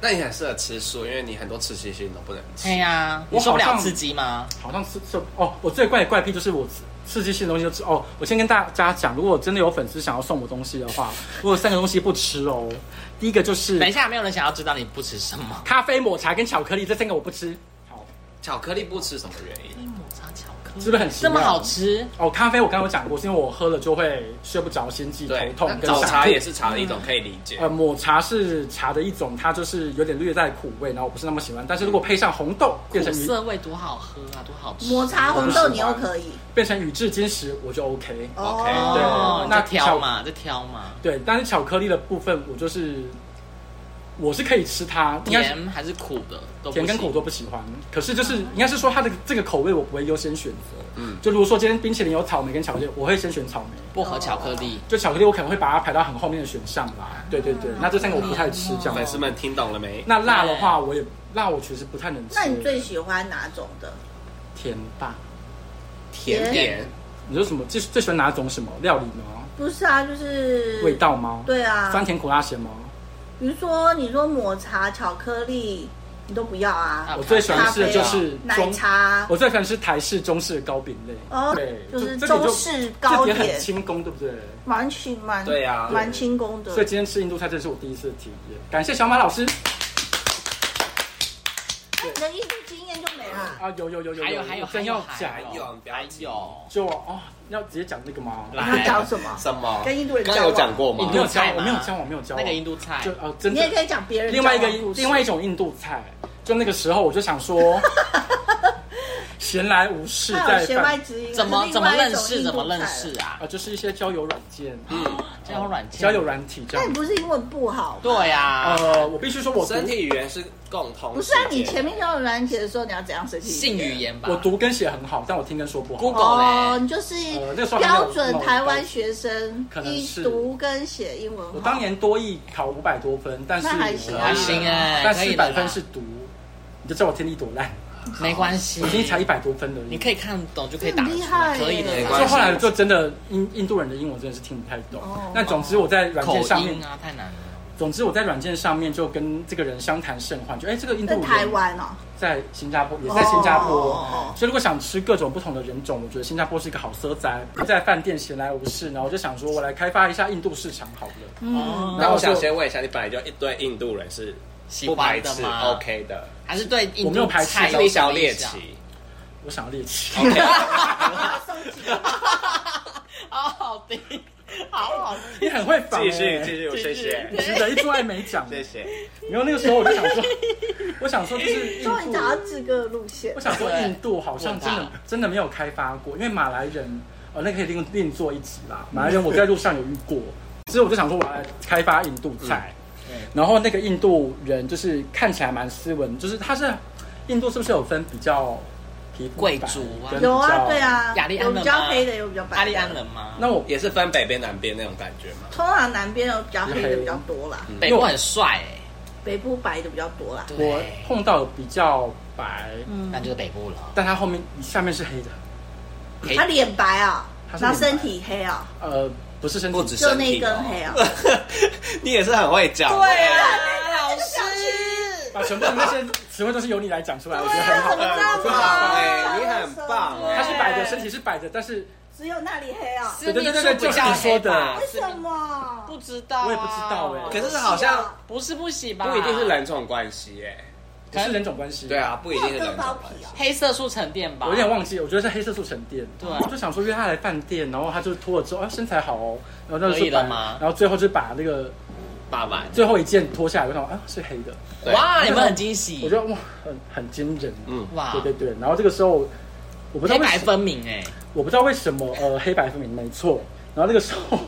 Speaker 4: 那你很适合吃素，因为你很多吃西西你都不能吃
Speaker 2: 哎。呀，
Speaker 3: 我
Speaker 2: 你受不
Speaker 3: 好
Speaker 2: 了
Speaker 3: 像
Speaker 2: 刺激吗？
Speaker 3: 好像吃吃哦，我最怪的怪癖就是我刺刺激性的东西就吃哦。我先跟大家讲，如果真的有粉丝想要送我东西的话，我有三个东西不吃哦。第一个就是
Speaker 2: 等一下，没有人想要知道你不吃什么。
Speaker 3: 咖啡、抹茶跟巧克力，这三个我不吃。好
Speaker 4: 巧克力不吃什么原因？
Speaker 2: 抹茶巧克力
Speaker 3: 是不是很奇
Speaker 2: 这么
Speaker 3: 妙
Speaker 2: 好吃？
Speaker 3: 哦，咖啡我刚刚有讲过，是因为我喝了就会睡不着、心悸、头
Speaker 4: 对，
Speaker 3: 痛
Speaker 4: 那
Speaker 3: 跟想
Speaker 4: 早
Speaker 3: 吐
Speaker 4: 茶也是茶的一种，可以理解。
Speaker 3: 呃，抹茶是茶的一种，它就是有点略带苦味，然后我不是那么喜欢。但是如果配上红豆，
Speaker 2: 苦
Speaker 3: 变成宇
Speaker 2: 涩味多好喝啊，多好吃！
Speaker 1: 抹茶红豆你又可以
Speaker 3: 变成宇治金石，我就 OK。
Speaker 4: OK，
Speaker 3: 对
Speaker 2: 哦，
Speaker 3: 那
Speaker 2: 那挑嘛，就挑嘛，
Speaker 3: 对，但是巧克力的部分，我就是我是可以吃它，应该是
Speaker 2: 甜还是苦的都不
Speaker 3: 甜跟
Speaker 2: 行
Speaker 3: 苦都不喜欢。可是就是应该是说它的这个口味我不会优先选择。
Speaker 4: 嗯
Speaker 3: 就如果说今天冰淇淋有草莓跟巧克力，我会先选草莓。
Speaker 2: 薄荷巧克力。
Speaker 3: 就巧克力我可能会把它排到很后面的选项啦。对对
Speaker 1: 嗯
Speaker 3: 对，那这三个我不太吃，这样
Speaker 4: 粉丝们听懂了没？
Speaker 3: 那辣的话，我也辣我其实不太能吃。
Speaker 1: 那你最喜欢哪种的？
Speaker 3: 甜吧？
Speaker 4: 甜点
Speaker 3: 你说什么？最最喜欢哪种什么料理吗？
Speaker 1: 不是啊，就是
Speaker 3: 味。道吗？
Speaker 1: 对啊，
Speaker 3: 酸甜苦辣咸吗？
Speaker 1: 比如说你说抹茶、巧克力，你都不要啊
Speaker 2: 啊。
Speaker 3: 我最喜欢吃的就是
Speaker 1: 咖啡啊奶
Speaker 3: 中
Speaker 1: 茶
Speaker 3: 我最喜欢吃台式、中式的糕饼类。
Speaker 1: 哦
Speaker 3: 对，，
Speaker 1: 就是
Speaker 3: 这这点
Speaker 1: 中式
Speaker 3: 这
Speaker 1: 糕
Speaker 3: 点
Speaker 1: 点
Speaker 3: 很，轻功，对不对？
Speaker 1: 蛮轻蛮
Speaker 4: 对啊
Speaker 1: 蛮轻功的
Speaker 3: 所。以今天吃印度菜，这是我第一次体验。感谢小马老师
Speaker 1: 那你的哎艺术经验就没了。
Speaker 3: 啊！有有有有，
Speaker 2: 还有还有
Speaker 3: 真要讲
Speaker 4: 还有哎你不要
Speaker 2: 还
Speaker 4: 急
Speaker 2: 有
Speaker 3: 就哦，要直接讲这个吗？
Speaker 2: 来
Speaker 1: 你要讲什么？
Speaker 4: 什么？
Speaker 1: 跟印度人
Speaker 4: 刚刚有
Speaker 1: 交往
Speaker 4: 讲过吗
Speaker 3: 你？没有教
Speaker 2: 菜
Speaker 3: 我，
Speaker 2: 吗
Speaker 3: 没有教我，没有教我。
Speaker 2: 那个印度菜
Speaker 3: 就，哦，真
Speaker 1: 你
Speaker 3: 的
Speaker 1: 也。可以讲别人
Speaker 3: 另外一个
Speaker 1: 交往故事
Speaker 3: 另外一种印度菜，就那个时候我就想
Speaker 1: [laughs]
Speaker 3: 说，闲来无事
Speaker 1: 还有
Speaker 3: 在
Speaker 1: 弦外
Speaker 3: 饭
Speaker 1: 之音，啊
Speaker 2: 怎么
Speaker 1: 是
Speaker 2: 怎
Speaker 1: 另
Speaker 2: 么
Speaker 1: 外一种
Speaker 2: 认识？
Speaker 1: 印度
Speaker 2: 怎么认
Speaker 1: 菜
Speaker 2: 识
Speaker 1: 了？
Speaker 2: 啊？
Speaker 3: 啊，就是一些交友软件，
Speaker 4: 嗯，
Speaker 2: 交友软件，
Speaker 3: 呃交友软体这
Speaker 1: 哦那你
Speaker 3: 样。
Speaker 1: 不是英文不好？
Speaker 2: 对啊呀，
Speaker 3: 呃，我必须说我读
Speaker 4: [laughs] 身体语言是共同。
Speaker 1: 不是啊，你前面交友软体的时候，你要怎样生气？
Speaker 2: 性语言吧，
Speaker 3: 我读跟写很好，但我听跟说不好。
Speaker 2: Google
Speaker 1: 哦，
Speaker 2: 嘞
Speaker 1: 你就是
Speaker 3: 呃那时候还没有
Speaker 1: 标准台湾学生
Speaker 3: 可，能
Speaker 1: 一
Speaker 3: 是
Speaker 1: 读跟写英文好。
Speaker 3: 我当年多艺考五百多分，但是
Speaker 1: 那还行啊
Speaker 2: 还行哎，
Speaker 3: 呃但
Speaker 2: 可以
Speaker 3: 四
Speaker 2: 的啦
Speaker 3: 百分是读，你就知道我听力多烂。
Speaker 2: 没关系，
Speaker 1: 嗯
Speaker 3: 我听力才一百多分而已。
Speaker 2: 你可以看懂就可以打出
Speaker 1: 这很厉害
Speaker 2: 来，可以的
Speaker 1: 耶
Speaker 4: 没
Speaker 2: 啦，
Speaker 4: 关
Speaker 3: 所以
Speaker 4: 系
Speaker 3: 后来就真的印印度人的英文真的是听不太懂
Speaker 1: 哦。
Speaker 3: 那总之我在软件
Speaker 2: 口
Speaker 3: 上面
Speaker 2: 音，啊太难了，
Speaker 3: 总之我在软件上面就跟这个人相谈甚欢，就哎这个印度
Speaker 1: 在
Speaker 3: 人
Speaker 1: 台湾哦，
Speaker 3: 在新加坡，也在新加坡。
Speaker 1: 哦哦哦
Speaker 3: 所以如果想吃各种不同的人种，我觉得新加坡是一个好色灾。在饭店闲来无事，然后我就想说，我来开发一下印度市场好了。
Speaker 1: 嗯，
Speaker 4: 那我想先问一下，你本来就一对印度人是
Speaker 2: 哦喜
Speaker 4: 不排
Speaker 2: 欢的
Speaker 4: 斥
Speaker 2: 吗
Speaker 4: OK 的，
Speaker 2: 还是对印
Speaker 3: 我没有
Speaker 2: 度
Speaker 3: 排斥
Speaker 2: 菜
Speaker 4: 是你
Speaker 2: 有
Speaker 4: 想要
Speaker 2: 什么
Speaker 4: 猎
Speaker 2: 印象
Speaker 4: 奇
Speaker 3: 我想要猎奇， [laughs]
Speaker 4: ？OK，
Speaker 2: 好好听，好好听。
Speaker 3: 你很会仿、欸。
Speaker 4: 继续继续，我
Speaker 2: 继
Speaker 4: 谢
Speaker 2: 续
Speaker 3: 你
Speaker 4: 谢
Speaker 3: 值得一做艾美
Speaker 1: [laughs]
Speaker 3: 奖。
Speaker 4: 谢谢。
Speaker 3: 然后那个时候我就想说，我想说就是印
Speaker 1: [laughs] 终于
Speaker 3: 度
Speaker 1: 找，到这个路线
Speaker 3: 我。想说印度好像真
Speaker 2: 对
Speaker 3: 的真的没有开发过，因为马来人哦，那可以另另做一集啦。马来人我在路上有遇过，所以我就想说我来开发印度菜。然后那个印度人就是看起来蛮斯文，就是他是印度是不是有分比较皮肤
Speaker 2: 贵
Speaker 3: 白
Speaker 2: 族啊
Speaker 3: 跟比较
Speaker 1: 有啊，对。啊，
Speaker 2: 雅利安
Speaker 1: 有
Speaker 2: 人
Speaker 1: 比
Speaker 2: 吗
Speaker 1: 较黑的，有比较白的。
Speaker 2: 阿利安人吗？
Speaker 3: 那我
Speaker 4: 也是分北边南边那种感觉嘛。
Speaker 1: 通常南边有比较黑的比较多
Speaker 3: 嗯
Speaker 1: 啦，
Speaker 2: 北部很帅哎、
Speaker 1: 北部白的比较多啦。
Speaker 3: 我
Speaker 2: 对，
Speaker 3: 碰到比较白，
Speaker 1: 嗯
Speaker 2: 那，就是北部了。
Speaker 3: 但他后面下面是黑的，
Speaker 2: 黑
Speaker 1: 他脸白啊，
Speaker 3: 他是
Speaker 1: 然后
Speaker 3: 脸
Speaker 1: 身
Speaker 3: 白
Speaker 1: 体黑啊，
Speaker 3: 呃，不是身体
Speaker 4: 不止
Speaker 1: 就
Speaker 4: 身
Speaker 1: 那一
Speaker 4: 体
Speaker 1: 根黑
Speaker 4: 哦，
Speaker 1: 啊。
Speaker 4: [laughs] 你也是很会讲。
Speaker 2: 啊，老师，
Speaker 3: 把全部的那些词汇都是由你来讲出来，我觉得
Speaker 1: 对
Speaker 3: 很
Speaker 1: 啊，
Speaker 3: 好
Speaker 1: 怎。么
Speaker 4: 我
Speaker 1: 这
Speaker 4: 觉得很
Speaker 1: 么？
Speaker 4: 棒哎你很棒
Speaker 1: 对
Speaker 3: 他是白的，身体是白的，但是
Speaker 1: 只有那里黑啊？
Speaker 2: 私密
Speaker 3: 对对对对
Speaker 2: 处比较黑吧
Speaker 1: 为什？么？
Speaker 2: 不知道、啊，
Speaker 3: 我也不知道哎
Speaker 4: 可是好像
Speaker 2: 不是不行
Speaker 1: 啊
Speaker 2: 吧？
Speaker 4: 不一定是人种关系诶。
Speaker 3: 不是人种关系。
Speaker 4: 对，啊，不一定是
Speaker 1: 割
Speaker 4: 人种
Speaker 1: 包
Speaker 4: 关
Speaker 1: 皮
Speaker 4: 系
Speaker 1: 啊。？
Speaker 2: 黑色素沉淀吧？
Speaker 3: 我有点忘记，我觉得是黑色素沉淀。
Speaker 2: 对啊
Speaker 3: 我就想说约他来饭店，然后他就脱了之后，啊，身材好哦，然后那就
Speaker 2: 可
Speaker 3: 是
Speaker 2: 以了
Speaker 3: 白
Speaker 2: 吗
Speaker 3: 然后最后就把那个
Speaker 4: 爸爸，
Speaker 3: 最后一件脱下来，我想啊是黑的，
Speaker 4: 对
Speaker 2: 哇，你们很惊喜，
Speaker 3: 我觉得哇很很惊人，
Speaker 4: 嗯， [laughs]
Speaker 2: 哇，
Speaker 3: 对对对。然后这个时候我不知道
Speaker 2: 黑
Speaker 3: 为
Speaker 2: 白
Speaker 3: 什么，
Speaker 2: 分明哎、
Speaker 3: 我不知道为什么呃黑白分明没错。然后那个时候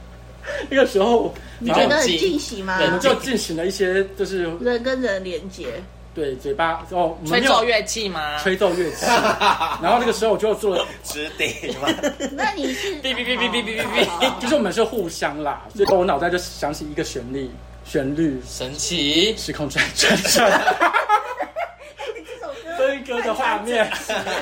Speaker 3: [laughs] 那个时候
Speaker 1: 你
Speaker 3: 然后
Speaker 1: 觉得很惊喜吗？
Speaker 3: 我们就进行了一些就是
Speaker 1: 人跟人连接，
Speaker 3: 对嘴巴哦，我们
Speaker 2: 吹
Speaker 3: 没有
Speaker 2: 奏乐器吗？
Speaker 3: 吹奏乐器，然后那个时候我就做了，
Speaker 4: 指定嘛，
Speaker 1: 那你是
Speaker 2: 哔哔哔哔哔哔哔哔
Speaker 1: 好好好
Speaker 3: 哎就是我们是互相啦，所以我脑袋就想起一个旋律，旋律
Speaker 2: 神奇，
Speaker 3: 时空转转
Speaker 4: [laughs]
Speaker 3: 转，
Speaker 1: 这首歌，
Speaker 3: 分割的画面，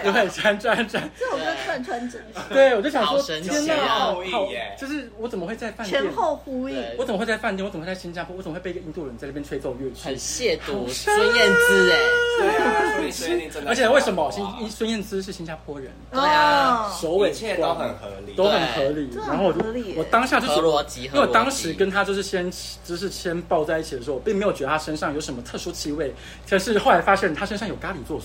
Speaker 3: 对，转转转，
Speaker 1: 这首歌更纯真实，
Speaker 3: 对我就想
Speaker 2: 好
Speaker 3: 说，
Speaker 2: 神奇啊
Speaker 3: 天哪，
Speaker 4: 啊好
Speaker 3: 好
Speaker 4: 意耶
Speaker 3: 就是我怎么会在饭店
Speaker 1: 前？后呼应。哦
Speaker 2: 对
Speaker 3: 我怎么会在饭店？我怎么会在新加坡？我怎么会被一个印度人在那边吹奏乐器
Speaker 2: 很？亵渎
Speaker 3: 好香
Speaker 2: 孙燕姿哎，
Speaker 4: 对啊，所以所以你真的，
Speaker 3: 而且为什么新孙燕姿是新加坡人？
Speaker 1: 哦
Speaker 2: 对啊
Speaker 3: 首尾
Speaker 4: 一切都很合理，
Speaker 3: 都很合理
Speaker 1: 对。啊
Speaker 3: 然后我就
Speaker 1: 这很合理耶
Speaker 3: 我当下就觉
Speaker 2: 合
Speaker 3: 得，
Speaker 2: 逻辑，
Speaker 3: 因
Speaker 2: 合
Speaker 3: 为我
Speaker 2: 逻辑
Speaker 3: 当时跟他就是先就是先抱在一起的时候，我并没有觉得他身上有什么特殊气味，但是后来发现他身上有咖喱作祟。
Speaker 1: 哦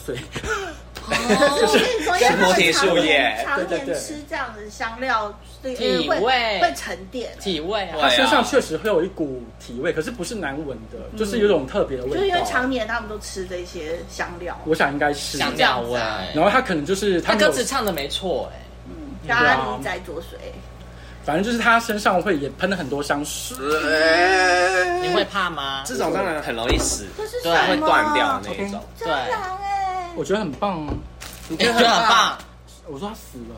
Speaker 1: 所以说因为他们
Speaker 4: 是菩提树叶
Speaker 1: 常年常
Speaker 3: 对对
Speaker 1: 年
Speaker 3: 对
Speaker 1: 吃这样子香料，对
Speaker 2: 体
Speaker 1: 会
Speaker 2: 味
Speaker 1: 会沉淀，
Speaker 2: 体味啊
Speaker 4: 对
Speaker 3: 他
Speaker 4: 啊，
Speaker 3: 身上确实会有一股体味，可是不是难闻的，就是有一种特别的味道。
Speaker 1: 就是因为常年他们都吃这些香料，
Speaker 3: 我想应该是。
Speaker 2: 香
Speaker 1: 这样
Speaker 2: 料味
Speaker 1: 子啊。
Speaker 3: 然后他可能就是他
Speaker 2: 他
Speaker 3: 没有
Speaker 2: 歌词唱的没错哎，
Speaker 1: 嗯，
Speaker 3: 对啊
Speaker 1: 咖喱在做水，
Speaker 3: 反正就是他身上会也喷了很多香水。
Speaker 2: 你会怕吗？
Speaker 4: 呃这种当然很容易死，
Speaker 1: 这是
Speaker 2: 对
Speaker 1: 什
Speaker 4: 啊会
Speaker 1: 么？
Speaker 4: 断掉的那一种。
Speaker 1: 蟑螂哎，
Speaker 3: 我觉得很棒啊！
Speaker 4: 你
Speaker 2: 你觉得很棒，
Speaker 3: 我说他死了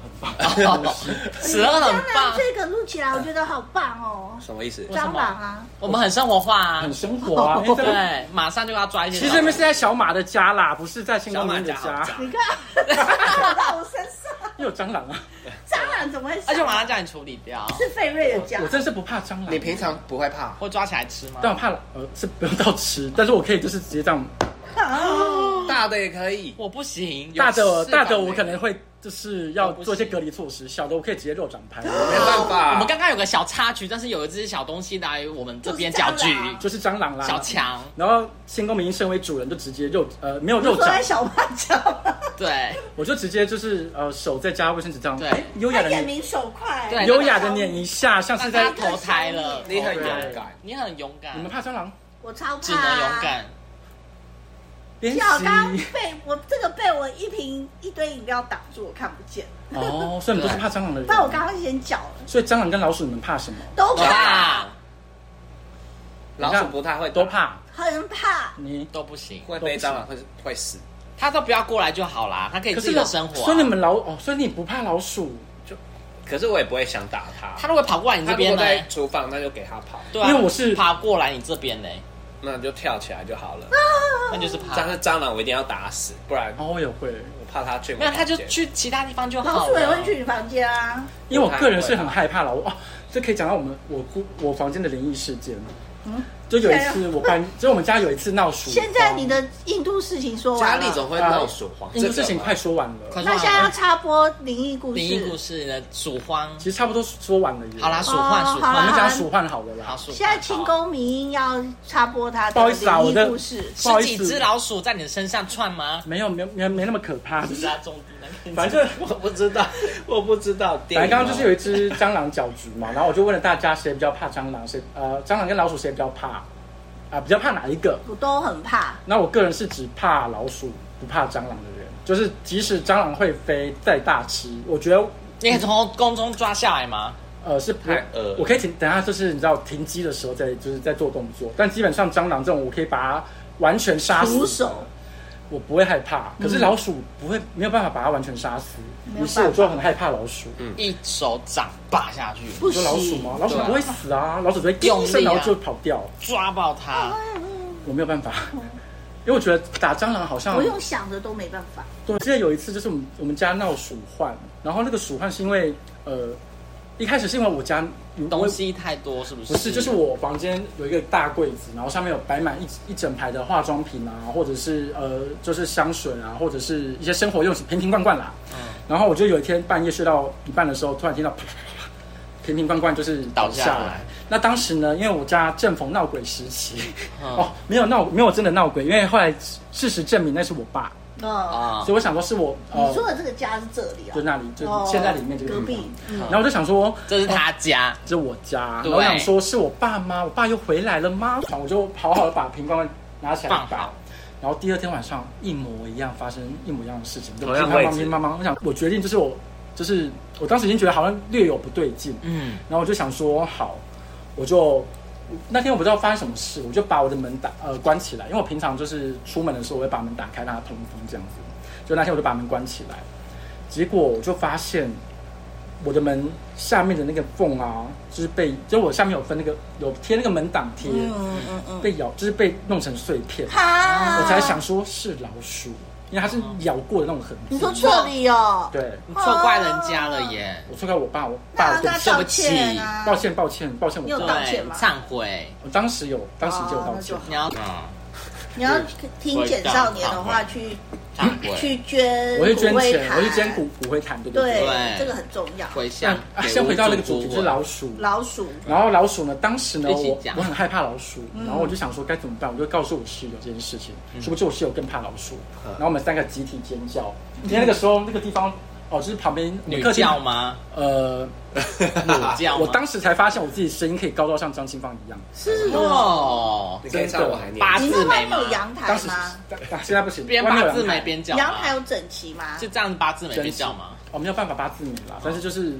Speaker 3: 很棒，啊
Speaker 2: 死了很
Speaker 1: 蟑
Speaker 2: 棒
Speaker 1: 螂，这个录起来我觉得好棒哦，
Speaker 4: 什么意思？
Speaker 2: 为什
Speaker 1: 蟑
Speaker 2: 么
Speaker 1: 螂啊，
Speaker 2: 我们很生活化啊
Speaker 3: 很，生活啊！哎这个
Speaker 2: 对，马上就要抓一些。
Speaker 3: 其实那边是在小马的家啦，不是在新光明的
Speaker 4: 小马
Speaker 3: 家 [laughs]
Speaker 4: 家，
Speaker 1: 你看 [laughs] 跑到我身上，
Speaker 3: 又有蟑螂啊！
Speaker 1: 蟑螂怎么会？
Speaker 2: 而且我马上叫你处理掉，
Speaker 1: 是费瑞的家
Speaker 3: 我，真是不怕蟑螂，
Speaker 5: 你平常不会怕？
Speaker 2: 会抓起来吃吗？
Speaker 3: 但我怕呃是不用到吃，但是我可以就是直接这样
Speaker 1: 哦
Speaker 5: 大的也可以，
Speaker 2: 我不行，
Speaker 3: 大的
Speaker 5: 翅膀
Speaker 3: 大的
Speaker 5: 那
Speaker 3: 我
Speaker 5: 个
Speaker 3: 可能会就是要做一些隔离措施，小的
Speaker 2: 哦
Speaker 3: 我可以直接肉掌拍，
Speaker 5: 没办法。
Speaker 2: 我们刚刚有个小插曲，但是有一只小东西来我们这
Speaker 3: [laughs]
Speaker 2: 边搅局，
Speaker 3: 就是蟑螂啦。
Speaker 2: 小强，
Speaker 3: 然后新公民身为主人就直接肉呃没有
Speaker 1: 你
Speaker 3: 肉
Speaker 1: 说
Speaker 3: 掌
Speaker 1: 在，小胖家吗，
Speaker 2: 对
Speaker 3: 我就直接就是呃手再加卫生纸这样，
Speaker 2: 对
Speaker 3: 哎优雅
Speaker 1: 他
Speaker 3: 的
Speaker 1: 眼
Speaker 3: 碾
Speaker 1: 明手快，
Speaker 2: 对
Speaker 3: 优雅的碾一下，像
Speaker 2: 但
Speaker 3: 是
Speaker 2: 是
Speaker 3: 在
Speaker 2: 他投胎了，
Speaker 4: 你很
Speaker 2: 投胎
Speaker 4: 勇敢，
Speaker 2: 你很勇敢，
Speaker 3: 你们怕蟑螂
Speaker 1: 我超怕，
Speaker 2: 只能勇敢，
Speaker 3: 练
Speaker 1: 幸好刚
Speaker 3: 习
Speaker 1: 被我这个被我一瓶一堆饮料挡住，我看不见。
Speaker 3: 哦，所以你们都是怕蟑螂的人。
Speaker 1: 但我刚刚先讲了，
Speaker 3: 所以蟑螂跟老鼠你们怕什么？
Speaker 1: 都怕，
Speaker 2: 哇，
Speaker 4: 老鼠不太会
Speaker 3: 都怕
Speaker 1: 很怕。
Speaker 3: 你。
Speaker 2: 都不行，
Speaker 4: 会被蟑螂会会死，
Speaker 2: 他都不要过来就好啦，他可以自己的
Speaker 3: 老
Speaker 2: 生活啊。
Speaker 3: 所以你们老哦，所以你不怕老鼠，
Speaker 4: 可是我也不会想打它。
Speaker 2: 他如果跑过来你
Speaker 4: 它
Speaker 2: 这
Speaker 4: 如
Speaker 2: 边
Speaker 4: 果
Speaker 2: 呢？
Speaker 4: 在厨房，那就给它跑，
Speaker 2: 对啊，
Speaker 3: 因为我是
Speaker 2: 爬过来你这边呢，
Speaker 4: 那你就跳起来就好了。
Speaker 2: 那就是爬。
Speaker 4: 但是蟑螂我一定要打死，不然
Speaker 3: 然后我也会，
Speaker 4: 我怕它去我
Speaker 2: 没有，
Speaker 4: 房间。
Speaker 2: 他就去其他地方就
Speaker 1: 老
Speaker 2: 好
Speaker 1: 鼠也
Speaker 2: 了
Speaker 1: 会。去你房间啊，
Speaker 3: 因为我个人是很害怕老鼠。哦，这可以讲到我们我姑我房间的灵异事件。
Speaker 1: 嗯
Speaker 3: 就有一次我
Speaker 1: [laughs]
Speaker 3: 搬，就我们家有一次闹鼠荒。
Speaker 1: 现在你的印度事情说
Speaker 4: 家
Speaker 1: 完
Speaker 4: 里
Speaker 1: 了，
Speaker 4: 总会闹鼠黄，
Speaker 3: 印度哎事情快说完了，
Speaker 2: 快
Speaker 1: 那
Speaker 2: 说
Speaker 1: 现在要
Speaker 2: 完
Speaker 1: 插播灵异故
Speaker 2: 灵异故
Speaker 1: 事。
Speaker 2: 事的鼠荒，
Speaker 3: 其实差不多说完了耶。
Speaker 2: 好啦，，鼠患
Speaker 1: 哦
Speaker 2: 鼠
Speaker 1: 好
Speaker 3: 我
Speaker 1: 啦
Speaker 3: 们
Speaker 2: 患，
Speaker 3: 讲鼠患好了
Speaker 2: 好
Speaker 3: 啦。
Speaker 2: 鼠患。
Speaker 1: 现在清
Speaker 2: 好
Speaker 1: 宫迷音要插播他
Speaker 3: 不
Speaker 1: 的
Speaker 3: 好意思啊
Speaker 1: 灵
Speaker 3: 我
Speaker 1: 异
Speaker 3: 的
Speaker 1: 故事，
Speaker 3: 不好
Speaker 2: 十几
Speaker 3: 意思
Speaker 2: 只老鼠在你的身上窜吗？
Speaker 3: 没有没有没有没那么可怕，就是
Speaker 2: [laughs] 是啊，中地那个。
Speaker 3: 反正
Speaker 4: 我不知道，我不知道。
Speaker 3: 反正刚刚就是
Speaker 2: 哦
Speaker 3: 有一
Speaker 4: 一
Speaker 3: 只蟑螂搅局嘛，然后我就问了大家谁比较怕蟑螂，谁呃蟑螂跟老鼠谁比较怕啊、比较怕哪一个？
Speaker 1: 我都很怕。
Speaker 3: 那我个人是只怕老鼠不怕蟑螂的人，就是即使蟑螂会飞再大吃，我觉得
Speaker 2: 你可以从空中抓下来吗？
Speaker 3: 呃是不
Speaker 4: 太恶
Speaker 3: 我可以停，等下就是你知道停机的时候再就是在做动作，但基本上蟑螂这种我可以把它完全杀死，
Speaker 1: 徒手嗯
Speaker 3: 我不会害怕，可是老鼠不会没有办法把它完全杀死，
Speaker 1: 没有办
Speaker 3: 于是
Speaker 1: 法
Speaker 3: 我就很害怕老鼠。
Speaker 2: 一手掌把下去，
Speaker 1: 不
Speaker 3: 你说老鼠
Speaker 1: 行，
Speaker 3: 吗？老鼠不会死啊，老鼠只会
Speaker 2: 用力啊
Speaker 3: 一声然后就跑掉，
Speaker 2: 抓爆
Speaker 3: 哦
Speaker 2: 它。
Speaker 3: 我没有办法。 [laughs] 因为我觉得打蟑螂好像
Speaker 1: 哦我用想的都没办法。
Speaker 3: 对，我记得有一次就是我们我们家闹鼠患，然后那个鼠患是因为呃，一开始是因为我家
Speaker 2: 东西太多是不是？
Speaker 3: 不是，就是我房间有一个大柜子，然后上面有摆满一一整排的化妆品啊，或者是呃，就是香水啊，或者是一些生活用品瓶瓶罐罐啦。然后我就有一天半夜睡到一半的时候，突然听到啪啪啪啪瓶瓶罐罐就是倒
Speaker 2: 倒
Speaker 3: 下
Speaker 2: 下
Speaker 3: 来。
Speaker 2: 来
Speaker 3: 那当时呢，因为我家正逢闹鬼时期，
Speaker 2: 嗯
Speaker 3: 哦，没有闹，没有真的闹鬼，因为后来事实证明那是我爸，
Speaker 1: 嗯，
Speaker 2: 啊
Speaker 3: 所以，我想说是我
Speaker 1: 你
Speaker 3: 呃，
Speaker 1: 说的这个家是这里啊
Speaker 3: 就？那里，就
Speaker 1: 哦
Speaker 3: 现在里面这个地
Speaker 1: 隔
Speaker 3: 方
Speaker 1: 壁。嗯
Speaker 3: 然后我就想说，
Speaker 2: 这是他家，
Speaker 3: 这是我家，
Speaker 2: 对
Speaker 3: 然后我想说是我爸妈，我爸又回来了吗？然后我就好好的把瓶罐拿起来
Speaker 2: 放
Speaker 3: 摆
Speaker 2: 好，
Speaker 3: 然后第二天晚上一模一样发生一模一样的事情，就
Speaker 4: 同样
Speaker 3: 乒乓
Speaker 4: 位
Speaker 3: 乓
Speaker 4: 置
Speaker 3: 乒乓乓。我想我决定就是我就是我当时已经觉得好像略有不对劲，
Speaker 2: 嗯，
Speaker 3: 然后我就想说好，我就那天我不知道发生什么事，我就把我的门打呃关起来，因为我平常就是出门的时候我会把门打开让它通风这样子，就那天我就把门关起来，结果我就发现我的门下面的那个缝啊，就是被就我下面有分那个有贴那个门挡贴，
Speaker 1: 嗯啊嗯嗯，
Speaker 3: 被咬就是被弄成碎片，
Speaker 1: 哈，
Speaker 3: 我才想说是老鼠，因为它是咬过的那种痕迹。
Speaker 1: 你说这里哦，
Speaker 3: 对，
Speaker 2: 你错怪人家了耶，
Speaker 3: 我错怪我爸，我爸
Speaker 1: 那
Speaker 3: 我对
Speaker 1: 那
Speaker 3: 不起，
Speaker 1: 道歉啊，
Speaker 3: 抱歉抱歉抱歉，我
Speaker 1: 你有
Speaker 3: 错
Speaker 1: 哦道
Speaker 3: 了
Speaker 1: 歉
Speaker 2: 对，
Speaker 1: 吗
Speaker 2: 忏悔，
Speaker 3: 我当时有当时就有
Speaker 1: 哦
Speaker 3: 道
Speaker 1: 那
Speaker 3: 歉
Speaker 1: 就好，
Speaker 2: 你要嗯
Speaker 1: 你要听简少年的话去
Speaker 2: 忏悔，
Speaker 1: 去捐，
Speaker 3: 我去捐
Speaker 1: 骨灰
Speaker 3: 钱，
Speaker 1: 坛
Speaker 3: 我去捐骨骨灰坛，对不
Speaker 1: 对
Speaker 2: 对
Speaker 1: 这个很重要。
Speaker 2: 回
Speaker 3: 那
Speaker 2: 向
Speaker 3: 啊，
Speaker 2: 给
Speaker 3: 先回到那个
Speaker 2: 屋主
Speaker 3: 主题，就是老鼠。
Speaker 1: 老鼠，
Speaker 3: 然后老鼠呢，当时呢，
Speaker 2: 一起
Speaker 3: 我
Speaker 2: 讲
Speaker 3: 我很害怕老鼠，
Speaker 1: 嗯
Speaker 3: 然后我就想说该怎么办，我就告诉我室友这件事情，
Speaker 2: 嗯
Speaker 3: 殊不知我室友更怕老鼠，然后我们三个集体尖叫，因为那个时候那个地方哦，就是旁边我们
Speaker 2: 女
Speaker 3: 客厅
Speaker 2: 教吗？
Speaker 3: 呃，
Speaker 2: 母教吗
Speaker 3: 我当时才发现我自己声音可以高到像张清芳一样。
Speaker 2: 是哦，
Speaker 4: [laughs] 你可以唱我还念，
Speaker 2: 八
Speaker 1: 你
Speaker 2: 字
Speaker 1: 那
Speaker 2: 眉
Speaker 1: 边
Speaker 2: 吗
Speaker 1: 有？阳
Speaker 3: 当
Speaker 1: 台
Speaker 3: 时
Speaker 1: 吗？
Speaker 3: 当现在不行，
Speaker 2: [laughs] 边
Speaker 3: 外面有
Speaker 2: 八
Speaker 3: 阳
Speaker 2: 字眉
Speaker 3: 台
Speaker 2: 边叫吗，
Speaker 1: 阳台有整齐吗？
Speaker 2: 是这样八字眉边叫吗？
Speaker 3: 哦，没有办法八字眉啦，但是就是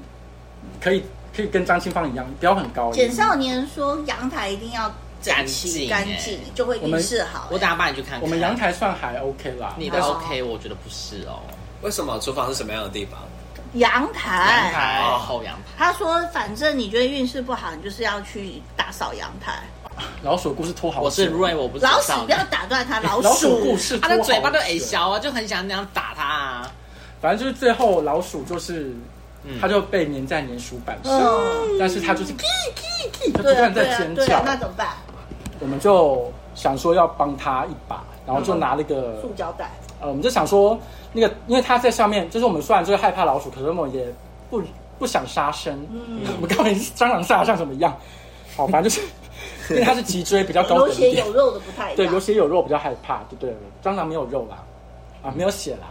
Speaker 3: 可以可以跟张清芳一样，不要很高。
Speaker 1: 简少年说阳台一定要整齐干
Speaker 2: 干
Speaker 1: 净，哎
Speaker 2: 净
Speaker 1: 就会
Speaker 3: 我
Speaker 1: 运
Speaker 3: 们
Speaker 1: 势好、
Speaker 2: 我等下帮你去看看。
Speaker 3: 我们阳台算还 OK 啦，
Speaker 2: 你的
Speaker 1: 好
Speaker 2: OK，我觉得不是哦，
Speaker 4: 为什么厨房是什么样的地方？
Speaker 1: 阳
Speaker 2: 阳
Speaker 1: 台。
Speaker 2: 台
Speaker 4: 哦
Speaker 2: 后阳台，
Speaker 1: 他说：“反正你觉得运势不好，你就是要去打扫阳台。
Speaker 3: 老鼠的故事拖好久。
Speaker 2: 我是瑞，我不是
Speaker 1: 老鼠
Speaker 2: 少女
Speaker 1: 不要打断他，老
Speaker 3: 哎老鼠
Speaker 1: 鼠
Speaker 3: 故事
Speaker 2: 他
Speaker 3: 拖好
Speaker 2: 的
Speaker 3: 久，
Speaker 2: 嘴巴都矮小啊，就很想那样打他啊。
Speaker 3: 反正就是最后老鼠就是
Speaker 2: 嗯，
Speaker 3: 它就被粘在粘鼠板上，
Speaker 1: 嗯，
Speaker 3: 但是它就是它不
Speaker 1: 对啊
Speaker 3: 断
Speaker 1: 对
Speaker 3: 在
Speaker 1: 啊
Speaker 3: 尖
Speaker 1: 对啊
Speaker 3: 叫，，
Speaker 1: 那怎么办？
Speaker 3: 我们就想说要帮它一把，然后就拿
Speaker 2: 嗯
Speaker 3: 那个
Speaker 1: 塑胶袋，
Speaker 3: 呃，我们就想说，那个因为他在上面，就是我们虽然就是害怕老鼠，可是我们也不不想杀生。
Speaker 1: 嗯
Speaker 3: 我们刚才蟑螂杀得像什么样？好，反正
Speaker 2: [laughs]
Speaker 3: 就是因为它是脊椎比较高
Speaker 1: 有
Speaker 3: 等
Speaker 1: 血
Speaker 3: 一点
Speaker 1: 有，肉的不太一样
Speaker 3: 对，有血有肉比较害怕，就对了。蟑螂没有肉啦，啊，没有血啦。